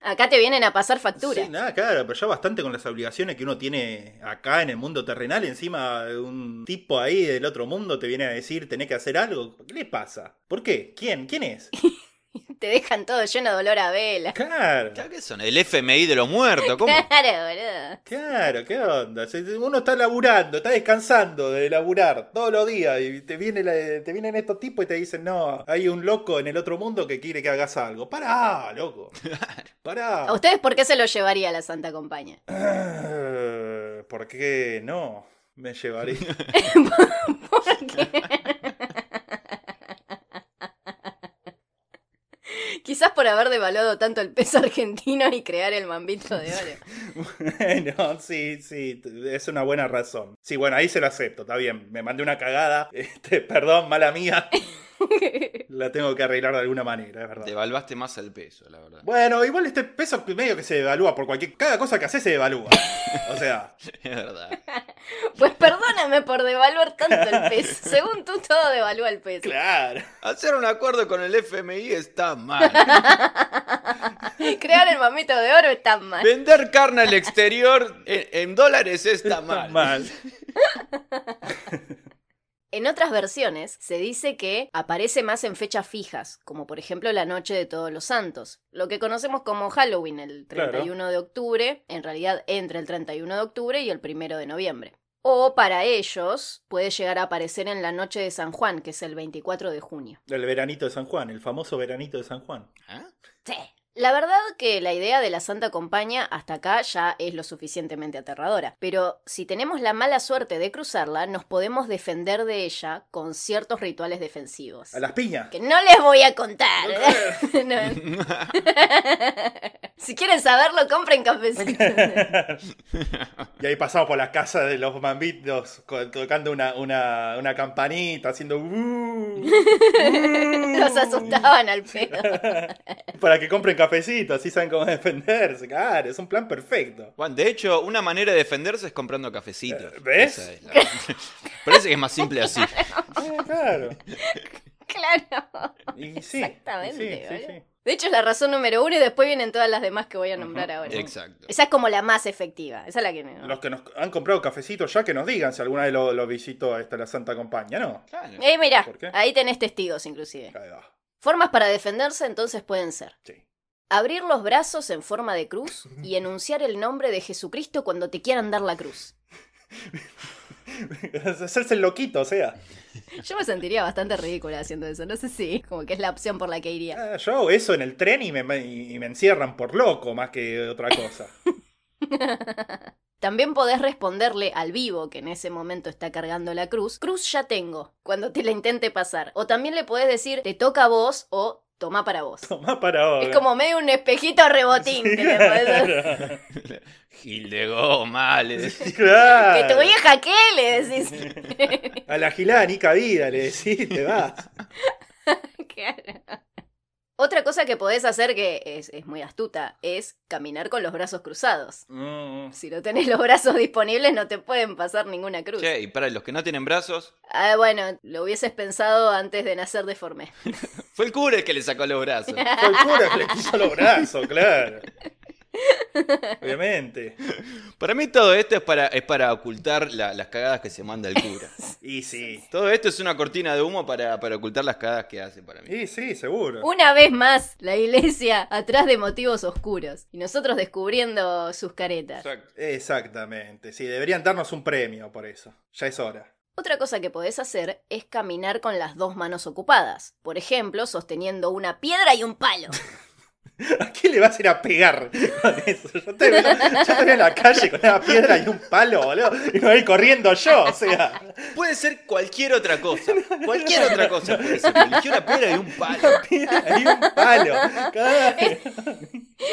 Speaker 2: Acá te vienen a pasar factura.
Speaker 4: Sí, nada, claro, pero ya bastante con las obligaciones que uno tiene acá en el mundo terrenal. Encima, un tipo ahí del otro mundo te viene a decir, tenés que hacer algo. ¿Qué le pasa? ¿Por qué? ¿Quién? ¿Quién es?
Speaker 2: Te dejan todo lleno de olor a vela.
Speaker 4: Claro,
Speaker 3: Claro, ¿Qué son? ¿El FMI de los muertos?
Speaker 2: [LAUGHS]
Speaker 3: ¿Cómo?
Speaker 2: Claro, boludo.
Speaker 4: claro, ¿qué onda? Si- si Uno está laburando, está descansando de laburar todos los días y te, viene la- te vienen estos tipos y te dicen, no, hay un loco en el otro mundo que quiere que hagas algo. Pará, loco. Pará.
Speaker 2: ¿A ustedes por qué se lo llevaría la Santa Compañía?
Speaker 4: Ah, ¿Por qué no? Me llevaría.
Speaker 2: Quizás por haber devaluado tanto el peso argentino y crear el mambito de oro.
Speaker 4: [LAUGHS] Bueno, sí, sí, t- es una buena razón. Sí, bueno, ahí se lo acepto, está bien. Me mandé una cagada. [LAUGHS] Este, perdón, mala mía. La tengo que arreglar de alguna manera, es verdad.
Speaker 3: Devaluaste más el peso, la verdad.
Speaker 4: Bueno, igual este peso medio que se devalúa por cualquier. Cada cosa que hace se devalúa. O sea,
Speaker 3: [LAUGHS] Es verdad.
Speaker 2: Pues perdóname por devaluar tanto
Speaker 4: [LAUGHS]
Speaker 2: el peso. Según tú, todo devalúa el
Speaker 4: [LAUGHS]
Speaker 2: peso.
Speaker 4: claro.
Speaker 3: Hacer un acuerdo con el FMI está
Speaker 2: [LAUGHS]
Speaker 3: mal.
Speaker 2: [LAUGHS] Crear el mamito de oro está mal.
Speaker 3: Vender carne al exterior en, en dólares está mal.
Speaker 4: Mal.
Speaker 2: En otras versiones se dice que aparece más en fechas fijas, como por ejemplo la Noche de Todos los Santos, lo que conocemos como Halloween el
Speaker 4: Claro.
Speaker 2: 31 de octubre, en realidad entre el 31 de octubre y el 1 de noviembre. O para ellos puede llegar a aparecer en la noche de San Juan, que es el 24 de junio.
Speaker 4: El veranito de San Juan, el famoso veranito de San Juan.
Speaker 3: ¿Ah?
Speaker 2: Sí. La verdad que la idea de la Santa Compañía hasta acá ya es lo suficientemente aterradora, pero si tenemos la mala suerte de cruzarla, nos podemos defender de ella con ciertos rituales defensivos.
Speaker 4: A las piñas.
Speaker 2: Que no les voy a contar. [LAUGHS] No.
Speaker 4: [LAUGHS]
Speaker 2: Si quieren saberlo, compren
Speaker 4: [LAUGHS]
Speaker 2: cafecito.
Speaker 4: Y ahí pasamos por la casa de los mambitos co- tocando una, una, una campanita, haciendo... "Uh, uh",
Speaker 2: Los asustaban al pedo.
Speaker 4: [LAUGHS] Para que compren cafecito, así saben cómo [LAUGHS] defenderse. Claro, es un plan perfecto.
Speaker 3: Juan, de hecho, una manera de defenderse es comprando cafecito.
Speaker 4: Eh, ¿ves?
Speaker 3: Esa es la- [LAUGHS] Parece que es más simple así.
Speaker 4: Eh, claro.
Speaker 2: Claro.
Speaker 4: Y sí,
Speaker 2: Exactamente,
Speaker 4: y sí, sí,
Speaker 2: boludo.
Speaker 4: sí.
Speaker 2: De hecho, es la razón número uno y después vienen todas las demás que voy a nombrar ahora.
Speaker 3: Exacto.
Speaker 2: Esa es como la más efectiva. Esa es la que. no.
Speaker 4: Los que nos han comprado cafecito ya que nos digan si alguna vez lo, lo visitó esta la Santa Compañía, ¿no?
Speaker 3: Claro.
Speaker 2: Eh, mirá,
Speaker 4: ¿Por qué?
Speaker 2: ahí tenés testigos inclusive.
Speaker 4: Ahí va,
Speaker 2: Formas para defenderse entonces pueden ser
Speaker 4: sí. [LAUGHS]
Speaker 2: abrir los brazos en forma de cruz y enunciar el nombre de Jesucristo cuando te quieran dar la cruz.
Speaker 4: Hacerse el loquito, o sea.
Speaker 2: Yo me sentiría bastante ridícula haciendo eso, no sé si como que es la opción por la que iría.
Speaker 4: Ah, Yo hago eso en el tren y me, me- y me encierran por loco más que otra
Speaker 2: [LAUGHS]
Speaker 4: cosa.
Speaker 2: También podés responderle al vivo que en ese momento está cargando la cruz, cruz ya tengo, cuando te la intente pasar. O también le podés decir, te toca a vos o toma
Speaker 4: [LAUGHS]
Speaker 2: para vos.
Speaker 4: Tomá para ahora.
Speaker 2: Es como medio un espejito rebotín que le
Speaker 4: [LAUGHS]
Speaker 2: podés hacer.
Speaker 4: Claro.
Speaker 3: Gil de goma, le decía.
Speaker 2: Que tu
Speaker 4: [LAUGHS] Claro.
Speaker 2: vieja qué le decís.
Speaker 4: A la gilada ni cabida le decís, te vas.
Speaker 2: [LAUGHS] Claro. Otra cosa que podés hacer que es, es muy astuta es caminar con los brazos cruzados.
Speaker 4: Mm.
Speaker 2: Si no tenés los brazos disponibles no te pueden pasar ninguna cruz.
Speaker 3: Che, y para los que no tienen brazos,
Speaker 2: Ah, bueno, lo hubieses pensado antes de nacer deforme.
Speaker 3: fue el cura el que le sacó los brazos.
Speaker 4: Fue el cura que le quiso los brazos, claro. Obviamente.
Speaker 3: Para mí todo esto es para, es para ocultar la- las cagadas que se manda el cura.
Speaker 4: Y sí.
Speaker 3: Todo esto es una cortina de humo para, para ocultar las cagadas que hace para mí.
Speaker 4: Y sí, seguro.
Speaker 2: Una vez más, la iglesia atrás de motivos oscuros y nosotros descubriendo sus caretas.
Speaker 3: Exacto.
Speaker 4: Exactamente. Sí, deberían darnos un premio por eso. Ya es hora.
Speaker 2: Otra cosa que podés hacer es caminar con las dos manos ocupadas. Por ejemplo, sosteniendo una piedra y un palo.
Speaker 4: ¿A quién le vas a ir a pegar con eso? Yo te veo, yo te veo en la calle con una piedra y un palo, boludo. Y me voy corriendo yo, o sea.
Speaker 3: Puede ser cualquier otra cosa.
Speaker 4: [LAUGHS]
Speaker 3: Cualquier otra cosa puede ser. Eligió una piedra y un palo.
Speaker 4: Piedra y un palo. Claro.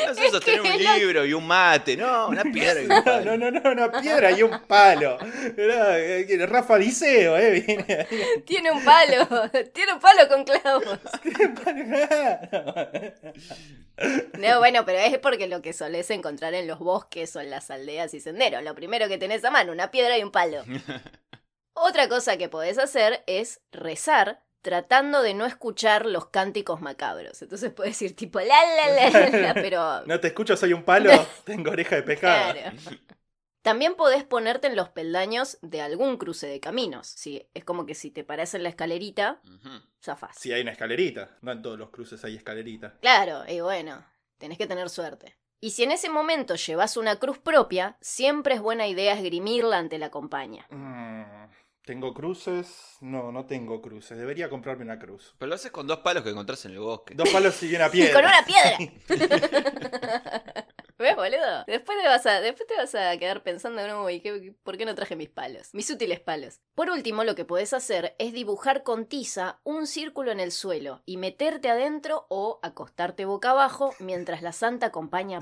Speaker 3: No sé sostener un libro y un mate. No, una piedra y
Speaker 4: [LAUGHS]
Speaker 3: un
Speaker 4: No,
Speaker 3: palo.
Speaker 4: no, no, no, una piedra y un palo. Mirá, eh, Rafa Liceo, eh, viene [LAUGHS] ahí.
Speaker 2: [LAUGHS] Tiene un palo, [LAUGHS] tiene un palo con clavos. No, bueno, pero es porque lo que solés encontrar en los bosques o en las aldeas y senderos. Lo primero que tenés a mano, una piedra y un palo. Otra cosa que podés hacer es rezar tratando de no escuchar los cánticos macabros. Entonces podés ir tipo la la la, la, la, pero
Speaker 4: No te escucho, soy un
Speaker 2: [LAUGHS]
Speaker 4: palo. [LAUGHS] Tengo oreja de pescado.
Speaker 2: Claro. También podés ponerte en los peldaños de algún cruce de caminos. Sí, es como que si te parás en la escalerita,
Speaker 3: Ujú.
Speaker 2: zafás.
Speaker 4: Si hay una escalerita. No en todos los cruces hay escalerita.
Speaker 2: Claro, y bueno, tenés que tener suerte. Y si en ese momento llevas una cruz propia, siempre es buena idea esgrimirla ante la compañía.
Speaker 4: Mm, ¿Tengo cruces? No, no tengo cruces. Debería comprarme una cruz.
Speaker 3: Pero lo haces con dos palos que encontrás en el bosque.
Speaker 4: Dos palos y una
Speaker 2: [LAUGHS] Y con
Speaker 4: piedra.
Speaker 2: una piedra. [LAUGHS] ¿Ves, boludo? Después te vas a, después te vas a quedar pensando, no, uy, ¿qué- ¿por qué no traje mis palos? Mis útiles palos. Por último, lo que podés hacer es dibujar con tiza un círculo en el suelo y meterte adentro o acostarte boca abajo mientras la santa compañía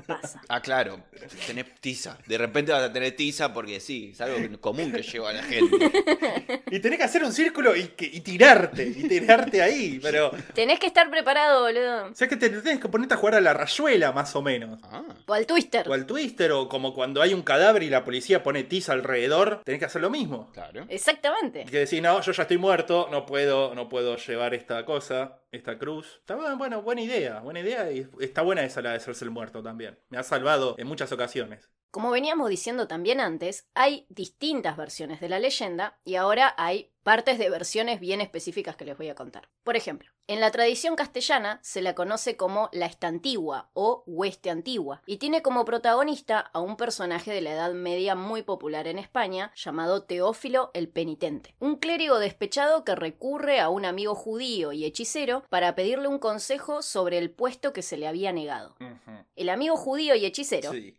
Speaker 4: [LAUGHS]
Speaker 2: pasa.
Speaker 3: Ah, claro, tenés tiza. De repente vas a tener tiza porque sí, es algo común que lleva
Speaker 4: [LAUGHS]
Speaker 3: la gente.
Speaker 4: Y tenés que hacer un círculo y, que- y tirarte. Y tirarte ahí. Pero.
Speaker 2: Tenés que estar preparado, boludo.
Speaker 4: O sea que te tenés que ponerte a jugar a la rayuela, más o menos.
Speaker 3: Ah.
Speaker 2: O al twister.
Speaker 4: O al twister, o como cuando hay un cadáver y la policía pone tiza alrededor. Tenés que hacer lo mismo.
Speaker 3: Claro.
Speaker 2: Exactamente.
Speaker 4: Y que decís, no, yo ya estoy muerto, no puedo, no puedo llevar esta cosa, esta cruz. Está bu- bueno, buena idea, buena idea y está buena esa la de hacerse el muerto también. Me ha salvado en muchas ocasiones.
Speaker 2: Como veníamos diciendo también antes, hay distintas versiones de la leyenda y ahora hay partes de versiones bien específicas que les voy a contar. Por ejemplo, en la tradición castellana se la conoce como la estantigua o hueste antigua y tiene como protagonista a un personaje de la Edad Media muy popular en España llamado Teófilo el Penitente, un clérigo despechado que recurre a un amigo judío y hechicero para pedirle un consejo sobre el puesto que se le había negado.
Speaker 4: Ujú.
Speaker 2: El amigo judío y hechicero
Speaker 4: Sí.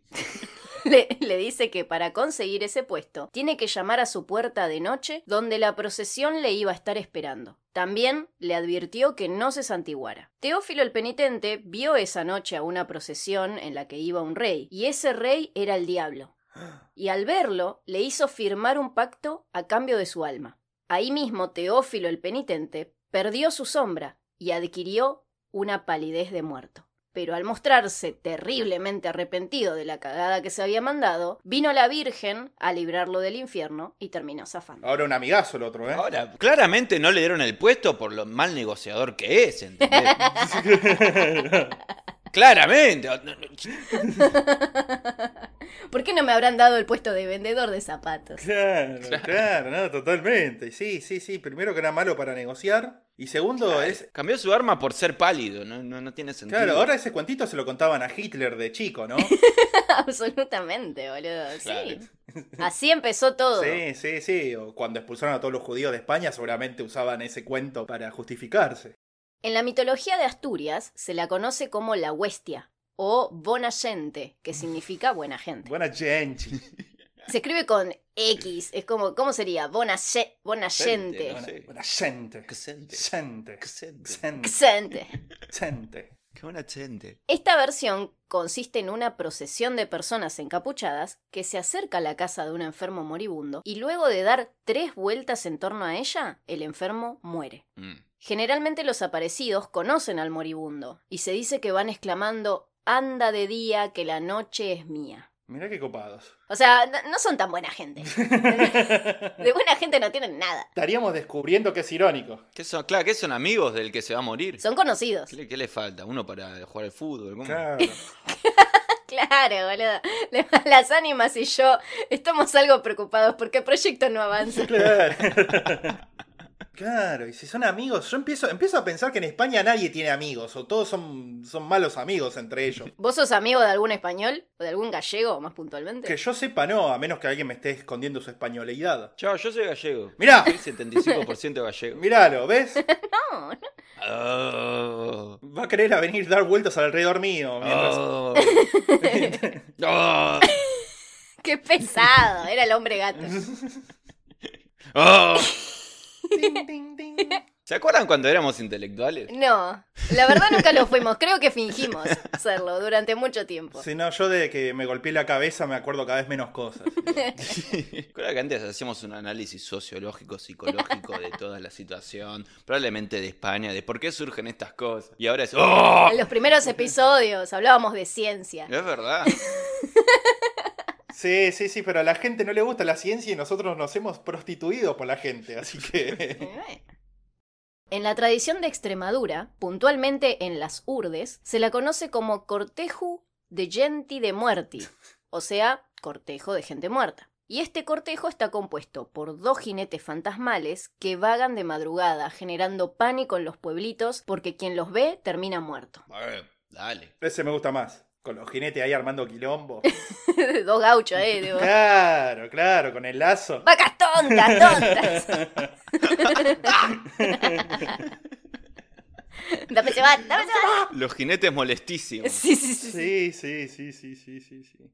Speaker 2: [LAUGHS] le, le dice que para conseguir ese puesto tiene que llamar a su puerta de noche donde la procesión le iba a estar esperando. También le advirtió que no se santiguara. Teófilo el penitente vio esa noche a una procesión en la que iba un rey, y ese rey era el diablo. Y al verlo, le hizo firmar un pacto a cambio de su alma. Ahí mismo Teófilo el penitente perdió su sombra y adquirió una palidez de muerto. Pero al mostrarse terriblemente arrepentido de la cagada que se había mandado, vino la Virgen a librarlo del infierno y terminó zafando.
Speaker 4: Ahora un amigazo el otro, ¿eh?
Speaker 3: Ahora, claramente no le dieron el puesto por lo mal negociador que es, ¿entendés?
Speaker 4: [LAUGHS]
Speaker 3: claramente.
Speaker 2: ¿Por qué no me habrán dado el puesto de vendedor de zapatos? [LAUGHS]
Speaker 4: Claro, [LAUGHS] claro, no, totalmente. Sí, sí, sí. Primero que era malo para negociar. Y segundo es.
Speaker 3: Cambió su arma por ser pálido, no, no, no tiene sentido.
Speaker 4: Claro, ahora ese cuentito se lo contaban a Hitler de chico, ¿no?
Speaker 2: Absolutamente, boludo. Sí.
Speaker 3: Claro.
Speaker 2: Así empezó todo.
Speaker 4: Sí, sí, sí. O cuando expulsaron a todos los judíos de España, seguramente usaban ese cuento para justificarse.
Speaker 2: En la mitología de Asturias se la conoce como la huestia o bona gente, que significa buena gente.
Speaker 4: Buena gente.
Speaker 2: Se escribe con X, es como, ¿cómo sería? Bona, ye- bona gente.
Speaker 3: Sí.
Speaker 4: Buena, buena gente.
Speaker 3: Xente,
Speaker 4: Gente.
Speaker 3: xente,
Speaker 4: Gente.
Speaker 2: Xente.
Speaker 4: Gente.
Speaker 3: Qué buena gente.
Speaker 2: Esta versión consiste en una procesión de personas encapuchadas que se acerca a la casa de un enfermo moribundo y luego de dar tres vueltas en torno a ella, el enfermo muere.
Speaker 3: Mm.
Speaker 2: Generalmente los aparecidos conocen al moribundo y se dice que van exclamando Anda de día que la noche es mía.
Speaker 4: Mirá qué copados.
Speaker 2: O sea, n- no son tan buena gente. De buena gente no tienen nada.
Speaker 4: Estaríamos descubriendo que es irónico.
Speaker 3: ¿Qué son, claro, que son amigos del que se va a morir.
Speaker 2: Son conocidos.
Speaker 3: ¿Qué, le- qué le falta? ¿Uno para jugar al fútbol? ¿Cómo?
Speaker 4: Claro.
Speaker 2: Claro, boludo. Le- Las ánimas y yo estamos algo preocupados porque el proyecto
Speaker 4: [LAUGHS]
Speaker 2: no avanza.
Speaker 4: Claro. Claro, y si son amigos, yo empiezo, empiezo a pensar que en España nadie tiene amigos, o todos son, son malos amigos entre ellos.
Speaker 2: ¿Vos sos amigo de algún español? ¿O de algún gallego, más
Speaker 4: Que
Speaker 2: puntualmente?
Speaker 4: yo sepa no, a menos que alguien me esté escondiendo su españoleidad.
Speaker 3: Yo, yo soy gallego.
Speaker 4: Mirá,
Speaker 3: Soy 75% gallego.
Speaker 4: míralo, ¿ves?
Speaker 2: No, no.
Speaker 3: Oh.
Speaker 4: Va a querer a venir dar vueltas alrededor mío. [LAUGHS] Mientras...
Speaker 3: Oh. [LAUGHS] Oh.
Speaker 2: Qué pesado. Era el hombre gato.
Speaker 3: Oh.
Speaker 4: Ting, ting, ting.
Speaker 3: ¿Se acuerdan cuando éramos intelectuales? [LAUGHS]
Speaker 2: No, la verdad nunca lo fuimos. Creo que fingimos serlo durante mucho tiempo.
Speaker 4: Si no, yo de que me golpeé la cabeza me acuerdo cada vez menos cosas.
Speaker 3: Recuerda que antes hacíamos un análisis sociológico, psicológico de toda la situación, probablemente de España, de por qué surgen estas cosas. Y ahora es. ¡Oh!
Speaker 2: En los primeros episodios hablábamos de ciencia.
Speaker 3: Es verdad.
Speaker 4: Sí, sí, sí, pero a la gente no le gusta la ciencia y nosotros nos hemos prostituido por la gente, así que...
Speaker 2: En la tradición de Extremadura, puntualmente en las urdes, se la conoce como corteju de genti de muerti, o sea, cortejo de gente muerta. Y este cortejo está compuesto por dos jinetes fantasmales que vagan de madrugada, generando pánico en los pueblitos porque quien los ve termina muerto. [LAUGHS]
Speaker 3: Bueno, Dale.
Speaker 4: [LAUGHS] Ese me gusta más. Con los jinetes ahí armando quilombo.
Speaker 2: dos gauchos, eh. Digo,
Speaker 4: Claro, claro, con el lazo.
Speaker 2: Vacas tontas, tontas. [LAUGHS] dame ese bat, dame ese bat.
Speaker 3: Los jinetes molestísimos.
Speaker 2: Sí, sí, sí,
Speaker 4: Sí,
Speaker 2: sí.
Speaker 4: sí, sí, sí, sí, sí, sí.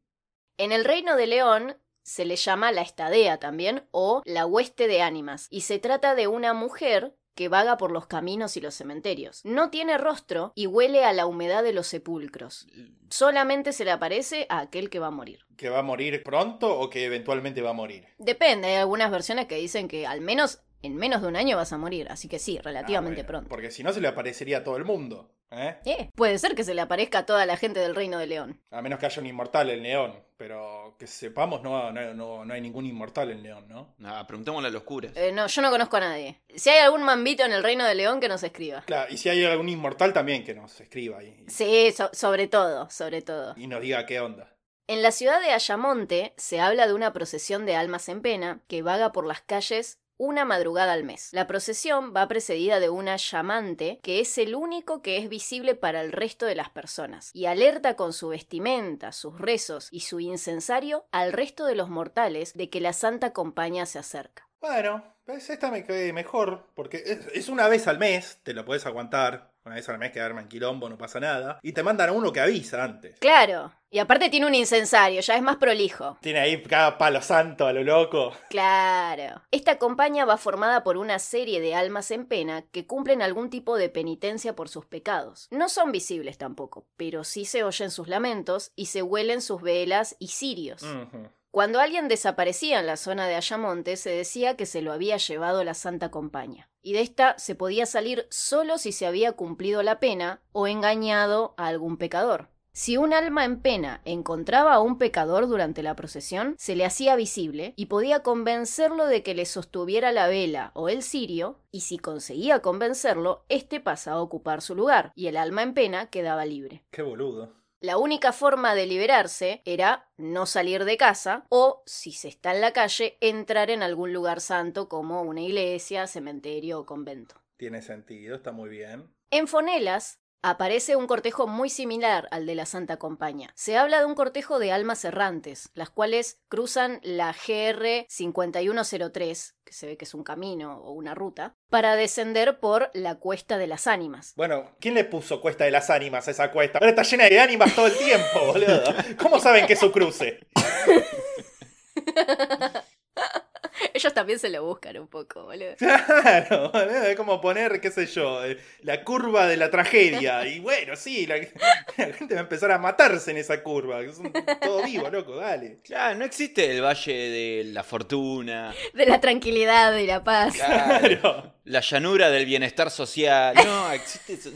Speaker 2: En el Reino de León se le llama la estadea también o la hueste de ánimas y se trata de una mujer que vaga por los caminos y los cementerios. No tiene rostro y huele a la humedad de los sepulcros. Solamente se le aparece a aquel que va a morir.
Speaker 4: ¿Que va a morir pronto o que eventualmente va a morir?
Speaker 2: Ah, Depende, hay algunas versiones que dicen que al menos en menos de un año vas a morir, así que sí, relativamente
Speaker 4: Ah, bueno,
Speaker 2: pronto.
Speaker 4: Porque si no se le aparecería a todo el mundo, ¿eh?
Speaker 2: Eh, puede ser que se le aparezca a toda la gente del Reino de León.
Speaker 4: A menos que haya un inmortal en León. Pero que sepamos, no, no, no, no hay ningún inmortal en León, ¿no?
Speaker 3: Nah, preguntémosle a los curas.
Speaker 2: Eh, no, yo no conozco a nadie. Si hay algún mambito en el Reino de León que nos escriba.
Speaker 4: Claro, y si hay algún inmortal también que nos escriba y,
Speaker 2: Sí, so- sobre todo, sobre todo.
Speaker 4: y nos diga qué onda.
Speaker 2: En la ciudad de Ayamonte se habla de una procesión de almas en pena que vaga por las calles una madrugada al mes. La procesión va precedida de una llamante que es el único que es visible para el resto de las personas y alerta con su vestimenta, sus rezos y su incensario al resto de los mortales de que la santa compañía se acerca.
Speaker 4: Bueno, pues esta me quedé mejor, porque es, es una vez al mes, te lo podés aguantar. Una vez al mes quedarme en quilombo, no pasa nada. Y te mandan a uno que avisa antes.
Speaker 2: Claro. Y aparte tiene un incensario, ya es más prolijo.
Speaker 4: Tiene ahí cada palo santo a lo loco.
Speaker 2: Claro. Esta compañía va formada por una serie de almas en pena que cumplen algún tipo de penitencia por sus pecados. No son visibles tampoco, pero sí se oyen sus lamentos y se huelen sus velas y cirios.
Speaker 4: Ujú.
Speaker 2: Cuando alguien desaparecía en la zona de Ayamonte, se decía que se lo había llevado la Santa Compañía. Y de esta se podía salir solo si se había cumplido la pena o engañado a algún pecador. Si un alma en pena encontraba a un pecador durante la procesión, se le hacía visible y podía convencerlo de que le sostuviera la vela o el cirio, y si conseguía convencerlo, éste pasaba a ocupar su lugar y el alma en pena quedaba libre.
Speaker 4: Qué boludo.
Speaker 2: La única forma de liberarse era no salir de casa o, si se está en la calle, entrar en algún lugar santo como una iglesia, cementerio o convento.
Speaker 4: Tiene sentido, está muy bien.
Speaker 2: En Fonelas aparece un cortejo muy similar al de la Santa Compañía. Se habla de un cortejo de almas errantes, las cuales cruzan la GR 5103, que se ve que es un camino o una ruta, para descender por la Cuesta de las Ánimas.
Speaker 4: Bueno, ¿quién le puso Cuesta de las Ánimas a esa cuesta? Ahora está llena de ánimas todo el tiempo, boludo. ¿Cómo saben que es su cruce?
Speaker 2: [LAUGHS] Ellos también se lo buscan un poco, boludo.
Speaker 4: Claro, [LAUGHS] boludo, es como poner, qué sé yo, eh, la curva de la tragedia. Y bueno, sí, la, [LAUGHS] la gente va a empezar a matarse en esa curva. que Es un- todo vivo, loco, dale.
Speaker 3: Claro, no existe el Valle de la Fortuna,
Speaker 2: [LAUGHS] De la tranquilidad y la paz.
Speaker 3: claro,
Speaker 4: Claro.
Speaker 3: la llanura del bienestar social. No, existe. eso.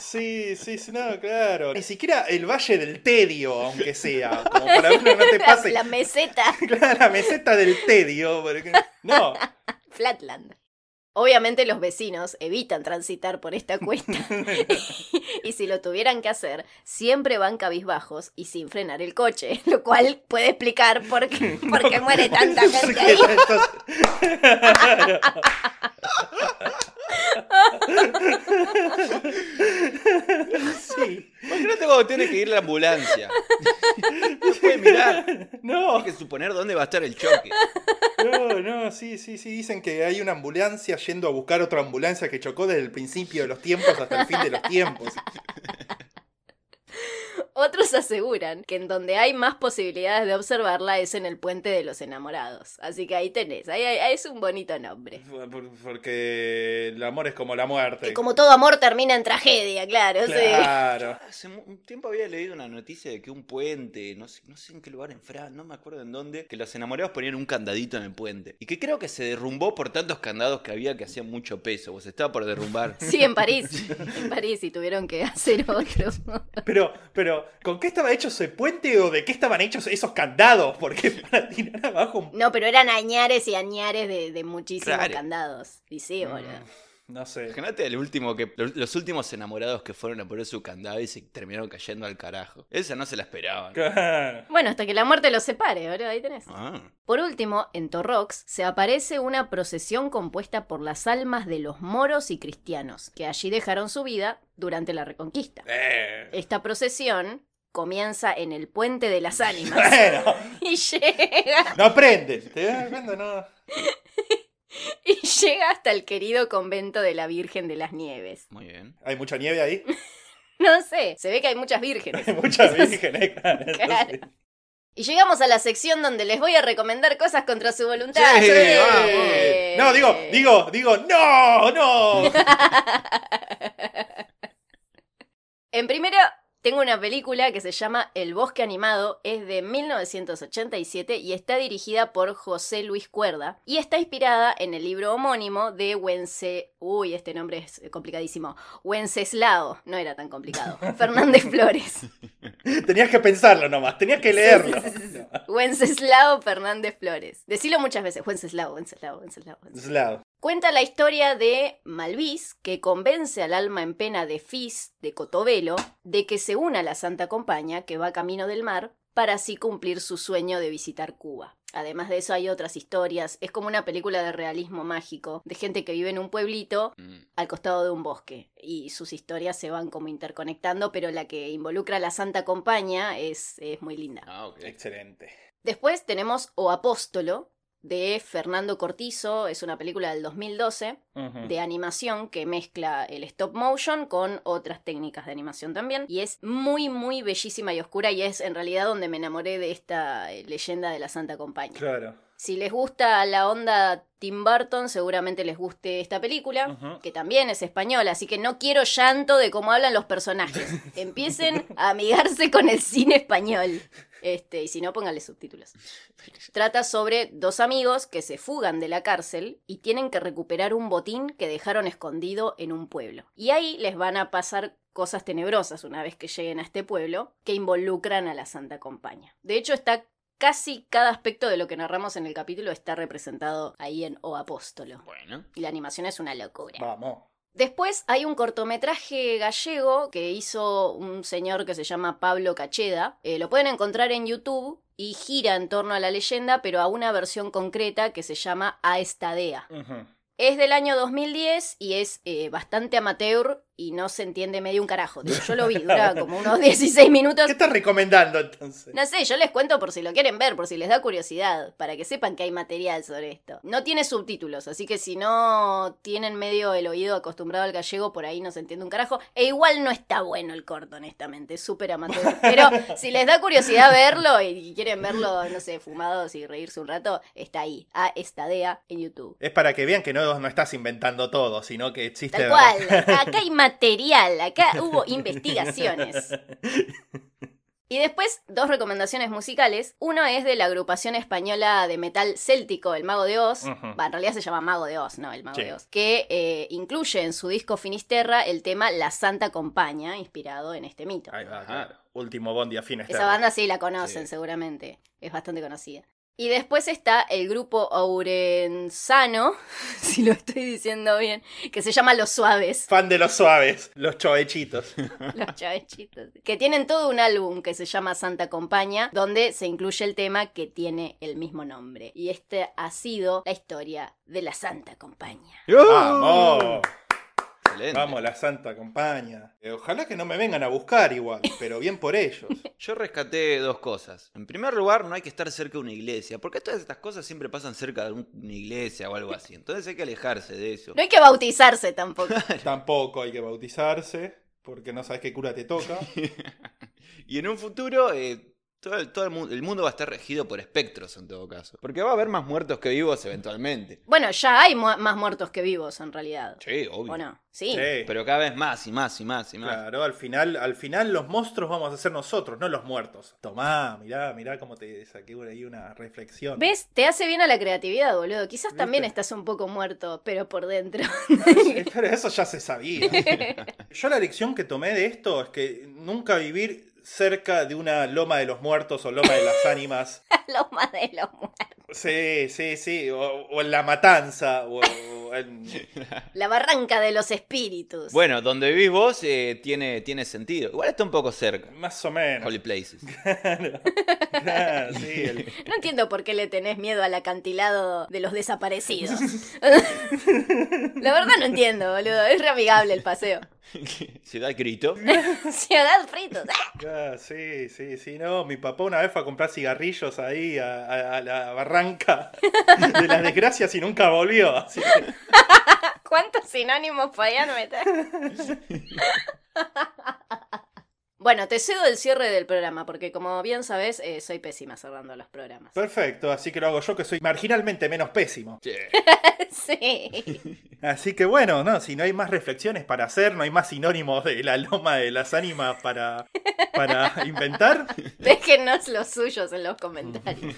Speaker 4: Sí, sí, sí, no, claro. Ni siquiera el Valle del Tedio, aunque sea. Como para uno no te pase.
Speaker 2: [LAUGHS] La meseta
Speaker 4: Claro, la meseta del Tedio. porque-
Speaker 2: [LAUGHS]
Speaker 4: No,
Speaker 2: Flatland. Obviamente los vecinos evitan transitar por esta cuesta
Speaker 4: [LAUGHS]
Speaker 2: [LAUGHS] y si lo tuvieran que hacer, siempre van cabizbajos y sin frenar el coche, [LAUGHS] lo cual puede explicar
Speaker 4: [LAUGHS]
Speaker 2: por qué, por qué muere tanta gente ahí.
Speaker 4: [LAUGHS]
Speaker 2: [LAUGHS]
Speaker 4: Sí.
Speaker 3: Imagínate cuando tiene que ir la ambulancia. No puede mirar.
Speaker 4: [LAUGHS] No,
Speaker 3: Hay que suponer dónde va a estar el choque.
Speaker 4: [LAUGHS] no, no, sí, sí, sí. Dicen que hay una ambulancia yendo a buscar otra ambulancia que chocó desde el principio de los tiempos hasta el fin de los [LAUGHS] tiempos.
Speaker 2: Otros aseguran que en donde hay más posibilidades de observarla es en el puente de los enamorados. Así que ahí tenés, ahí, ahí- es un bonito nombre.
Speaker 4: Por- Porque el amor es como la muerte.
Speaker 2: Que como todo amor termina en tragedia, claro, sí.
Speaker 4: Claro.
Speaker 3: Hace mu- un tiempo había leído una noticia de que un puente, no sé, no sé en qué lugar en Francia, no me acuerdo en dónde, que los enamorados ponían un candadito en el puente. Y que creo que se derrumbó por tantos candados que había que hacían mucho peso, o se estaba por derrumbar.
Speaker 2: Sí, en París. En París y tuvieron que hacer otro.
Speaker 4: [LAUGHS] Pero, pero, ¿con qué estaba hecho ese puente o de qué estaban hechos esos candados? Porque [LAUGHS] para tirar abajo un
Speaker 2: No, pero eran añares y añares de, de muchísimos
Speaker 3: Claro. Mm.
Speaker 2: candados. Y sí, boludo.
Speaker 4: Mm, No sé.
Speaker 3: Imagínate el último que, los, los últimos enamorados que fueron a poner su candado y se terminaron cayendo al carajo. Esa no se la esperaban.
Speaker 2: [LAUGHS]
Speaker 4: Claro.
Speaker 2: Bueno, hasta que la muerte los separe, boludo. Ahí tenés.
Speaker 3: Ah.
Speaker 2: Por último, en Torrox se aparece una procesión compuesta por las almas de los moros y cristianos, que allí dejaron su vida durante la Reconquista.
Speaker 4: Eh. [LAUGHS]
Speaker 2: Esta procesión comienza en el Puente de las
Speaker 3: [LAUGHS]
Speaker 2: Ánimas
Speaker 4: Bueno,
Speaker 2: y llega
Speaker 4: no aprenden. ¿Te das cuenta? No.
Speaker 2: y llega hasta el querido convento de la Virgen de las Nieves.
Speaker 3: Muy bien.
Speaker 4: Hay mucha nieve ahí. [LAUGHS]
Speaker 2: No sé, se ve que hay muchas vírgenes.
Speaker 4: Hay
Speaker 2: [LAUGHS]
Speaker 4: muchas vírgenes. Claro.
Speaker 2: Claro. Y llegamos a la sección donde les voy a recomendar cosas contra su voluntad.
Speaker 3: Sí,
Speaker 4: Sí.
Speaker 2: Eh.
Speaker 3: vamos.
Speaker 4: No, digo, digo, digo, no,
Speaker 2: [LAUGHS]
Speaker 4: no.
Speaker 2: En primero, tengo una película que se llama El Bosque Animado, es de 1987 y está dirigida por José Luis Cuerda y está inspirada en el libro homónimo de Wenceslao. Uy, este nombre es complicadísimo. Wenceslao, no era
Speaker 4: [LAUGHS]
Speaker 2: tan complicado. Fernández Flores.
Speaker 4: Tenías que pensarlo nomás, tenías que leerlo.
Speaker 2: Sí, sí, sí, sí. Wenceslao Fernández Flores. Decilo muchas veces. Wenceslao, Wenceslao, Wenceslao. Wenceslao.
Speaker 4: Slavo.
Speaker 2: Cuenta la historia de Malvis, que convence al alma en pena de Fis, de Cotovelo, de que se una a la Santa Compañía, que va camino del mar, para así cumplir su sueño de visitar Cuba. Además de eso hay otras historias, es como una película de realismo mágico, de gente que vive en un pueblito
Speaker 3: Mm.
Speaker 2: al costado de un bosque, y sus historias se van como interconectando, pero la que involucra a la Santa Compañía es, es muy linda.
Speaker 3: Ah, ok.
Speaker 4: Excelente.
Speaker 2: Después tenemos O Apóstolo, de Fernando Cortizo, es una película del 2012
Speaker 4: Ujú.
Speaker 2: de animación que mezcla el stop motion con otras técnicas de animación también. Y es muy, muy bellísima y oscura y es en realidad donde me enamoré de esta eh, leyenda de la Santa Compañía.
Speaker 4: Claro.
Speaker 2: Si les gusta la onda Tim Burton, seguramente les guste esta película.
Speaker 4: Ujú.
Speaker 2: Que también es española, así que no quiero llanto de cómo hablan los personajes. Empiecen a amigarse con el cine español. Este, y si no, pónganle subtítulos. Trata sobre dos amigos que se fugan de la cárcel y tienen que recuperar un botín que dejaron escondido en un pueblo. Y ahí les van a pasar cosas tenebrosas una vez que lleguen a este pueblo que involucran a la Santa Compañía. De hecho, está casi cada aspecto de lo que narramos en el capítulo está representado ahí en O Apóstolo.
Speaker 3: Bueno.
Speaker 2: Y la animación es una locura.
Speaker 4: Vamos.
Speaker 2: Después hay un cortometraje gallego que hizo un señor que se llama Pablo Cacheda. Eh, lo pueden encontrar en YouTube y gira en torno a la leyenda, pero a una versión concreta que se llama A Estadea.
Speaker 4: Ujú.
Speaker 2: Es del año 2010 y es eh, bastante amateur y no se entiende medio un carajo. De hecho, Yo lo vi, dura como unos 16 minutos.
Speaker 4: ¿Qué estás recomendando entonces?
Speaker 2: [LAUGHS] No sé, yo les cuento por si lo quieren ver, por si les da curiosidad, para que sepan que hay material sobre esto. No tiene subtítulos, así que si no tienen medio el oído acostumbrado al gallego, por ahí no se entiende un carajo. E igual no está bueno el corto, honestamente, es súper amateur. Pero si les da curiosidad verlo y quieren verlo, no sé, fumados y reírse un rato, está ahí, a Estadea en YouTube.
Speaker 4: Es para que vean que no, no estás inventando todo, sino que existe.
Speaker 2: Tal
Speaker 4: de
Speaker 2: cual,
Speaker 4: verdad.
Speaker 2: acá hay material, acá hubo investigaciones. Y después, dos recomendaciones musicales. Uno es de la agrupación española de metal céltico, El Mago de Oz.
Speaker 4: Ujú.
Speaker 2: Va, en realidad se llama Mago de Oz, no El Mago
Speaker 4: Sí.
Speaker 2: de Oz. Que eh, incluye en su disco Finisterra el tema La Santa Compaña, inspirado en este
Speaker 4: [LAUGHS]
Speaker 2: mito.
Speaker 4: Ahí va,
Speaker 3: Ajá.
Speaker 4: claro. Último Bondi a fines
Speaker 2: Esa
Speaker 4: tarde.
Speaker 2: banda sí la conocen
Speaker 4: Sí.
Speaker 2: seguramente, es bastante conocida. Y después está el grupo Aurenzano, [LAUGHS] si lo estoy diciendo bien, que se llama Los Suaves.
Speaker 4: [LAUGHS] Fan de los suaves, los
Speaker 2: [LAUGHS]
Speaker 4: chovechitos.
Speaker 2: Uh. Los chavechitos. Que tienen todo un álbum que se llama Santa Compañía, donde se incluye el tema que tiene el mismo nombre. Y este ha sido la historia de la Santa Compañía.
Speaker 4: ¡Vamos!
Speaker 3: Excelente.
Speaker 4: Vamos, la santa compañía. Eh, Ojalá que no me vengan a buscar igual, pero bien por ellos.
Speaker 2: [LAUGHS]
Speaker 3: Yo rescaté dos cosas. En primer lugar, no hay que estar cerca de una iglesia, porque todas estas cosas siempre pasan cerca de un- una iglesia o algo así. Entonces hay que alejarse de eso.
Speaker 2: No hay que bautizarse tampoco.
Speaker 4: Tampoco hay que bautizarse, porque no sabes qué cura te
Speaker 3: [LAUGHS]
Speaker 4: toca.
Speaker 3: y en un futuro, eh, todo, el, todo el mu- el mundo va a estar regido por espectros en todo caso. Porque va a haber más muertos que vivos eventualmente.
Speaker 2: Bueno, ya hay mu- más muertos que vivos en realidad.
Speaker 3: Sí, obvio.
Speaker 2: ¿O no? Sí.
Speaker 4: Sí,
Speaker 3: Pero cada vez más y más y más y más.
Speaker 4: claro, al final, al final los monstruos vamos a ser nosotros, no los muertos. Tomá, mirá, mirá cómo te saqué por ahí una reflexión. [LAUGHS]
Speaker 2: ¿Ves? Te hace bien a la creatividad, boludo. Quizás también
Speaker 4: ¿Viste?
Speaker 2: estás un poco muerto, pero por dentro. [LAUGHS]
Speaker 4: Eh, Pero eso ya se
Speaker 3: [LAUGHS]
Speaker 4: sabía. Yo la lección que tomé de esto es que nunca vivir cerca de una loma de los muertos o loma de las ánimas.
Speaker 2: Loma de los muertos.
Speaker 4: Sí, sí, sí. O, o en la matanza. O, o en-
Speaker 2: La barranca de los espíritus.
Speaker 3: Bueno, donde vivís vos eh, tiene, tiene sentido. Igual está un poco cerca.
Speaker 4: Más o menos. [LAUGHS]
Speaker 3: Holy places.
Speaker 4: Ah, sí, el-
Speaker 2: No entiendo por qué le tenés miedo al acantilado de los
Speaker 4: [LAUGHS]
Speaker 2: desaparecidos. La verdad no entiendo, boludo. Es re amigable el paseo. [LAUGHS]
Speaker 3: Se da el grito.
Speaker 2: Ciudad fritos. ¡ah!
Speaker 4: ah, sí, sí, sí. No, mi papá una vez fue a comprar cigarrillos ahí a, a- a la barranca [LAUGHS] de las desgracias y nunca volvió. Así que,
Speaker 2: Ah, ¿Cuántos sinónimos podían meter? [LAUGHS] Bueno, te cedo el cierre del programa, porque como bien sabes, eh, soy pésima cerrando los programas. [LAUGHS]
Speaker 4: perfecto, así que lo hago yo que soy marginalmente menos pésimo.
Speaker 3: Che.
Speaker 2: Sí.
Speaker 4: Así que bueno, no, si no hay más reflexiones para hacer, no hay más sinónimos de la loma de las ánimas para, para inventar,
Speaker 2: Déjenos los suyos en los
Speaker 4: [LAUGHS]
Speaker 2: comentarios.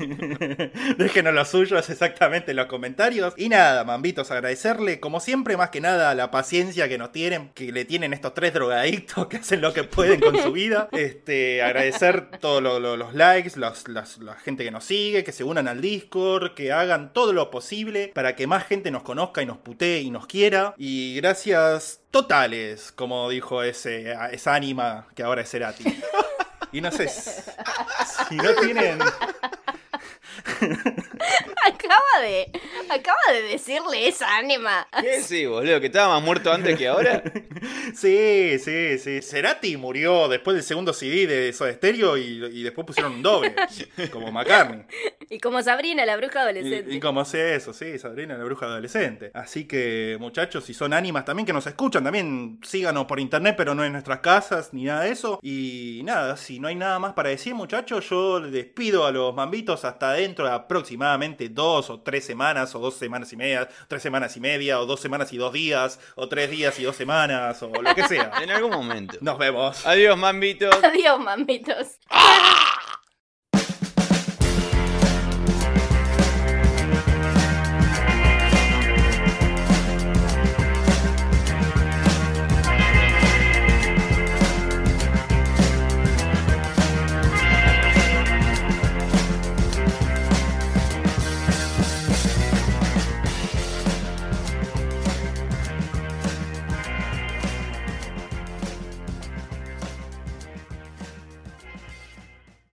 Speaker 4: Déjenos los suyos exactamente en los comentarios. Y nada, mambitos, agradecerle, como siempre, más que nada, la paciencia que nos tienen, que le tienen estos tres drogadictos que hacen lo que pueden con su vida. Este, agradecer todos lo- lo- los likes, los- las- la gente que nos sigue, que se unan al Discord, que hagan todo lo posible para que más gente nos conozca y nos putee y nos quiera. Y gracias totales, como dijo ese, esa anima que ahora es Cerati. Y no sé, si no tienen...
Speaker 2: Acaba de, acaba de decirle esa ánima.
Speaker 3: ¿Qué sí, boludo? Que estaba más muerto antes que ahora.
Speaker 4: Sí, sí, sí. Cerati murió después del segundo CD de Soda Stereo y, y después pusieron un doble, como McCartney.
Speaker 2: Y como Sabrina, la bruja adolescente.
Speaker 4: Y, y como sé eso, sí, Sabrina la bruja adolescente. Así que, muchachos, si son ánimas también que nos escuchan, también síganos por internet, pero no en nuestras casas ni nada de eso. Y nada, si no hay nada más para decir, muchachos, yo les despido a los mambitos hasta dentro de aproximadamente dos o tres semanas, o dos semanas y media, tres semanas y media, o dos semanas y dos días, o tres días y dos semanas, o lo que sea.
Speaker 3: En algún momento.
Speaker 4: Nos vemos.
Speaker 3: Adiós, mambitos.
Speaker 2: Adiós, mamitos.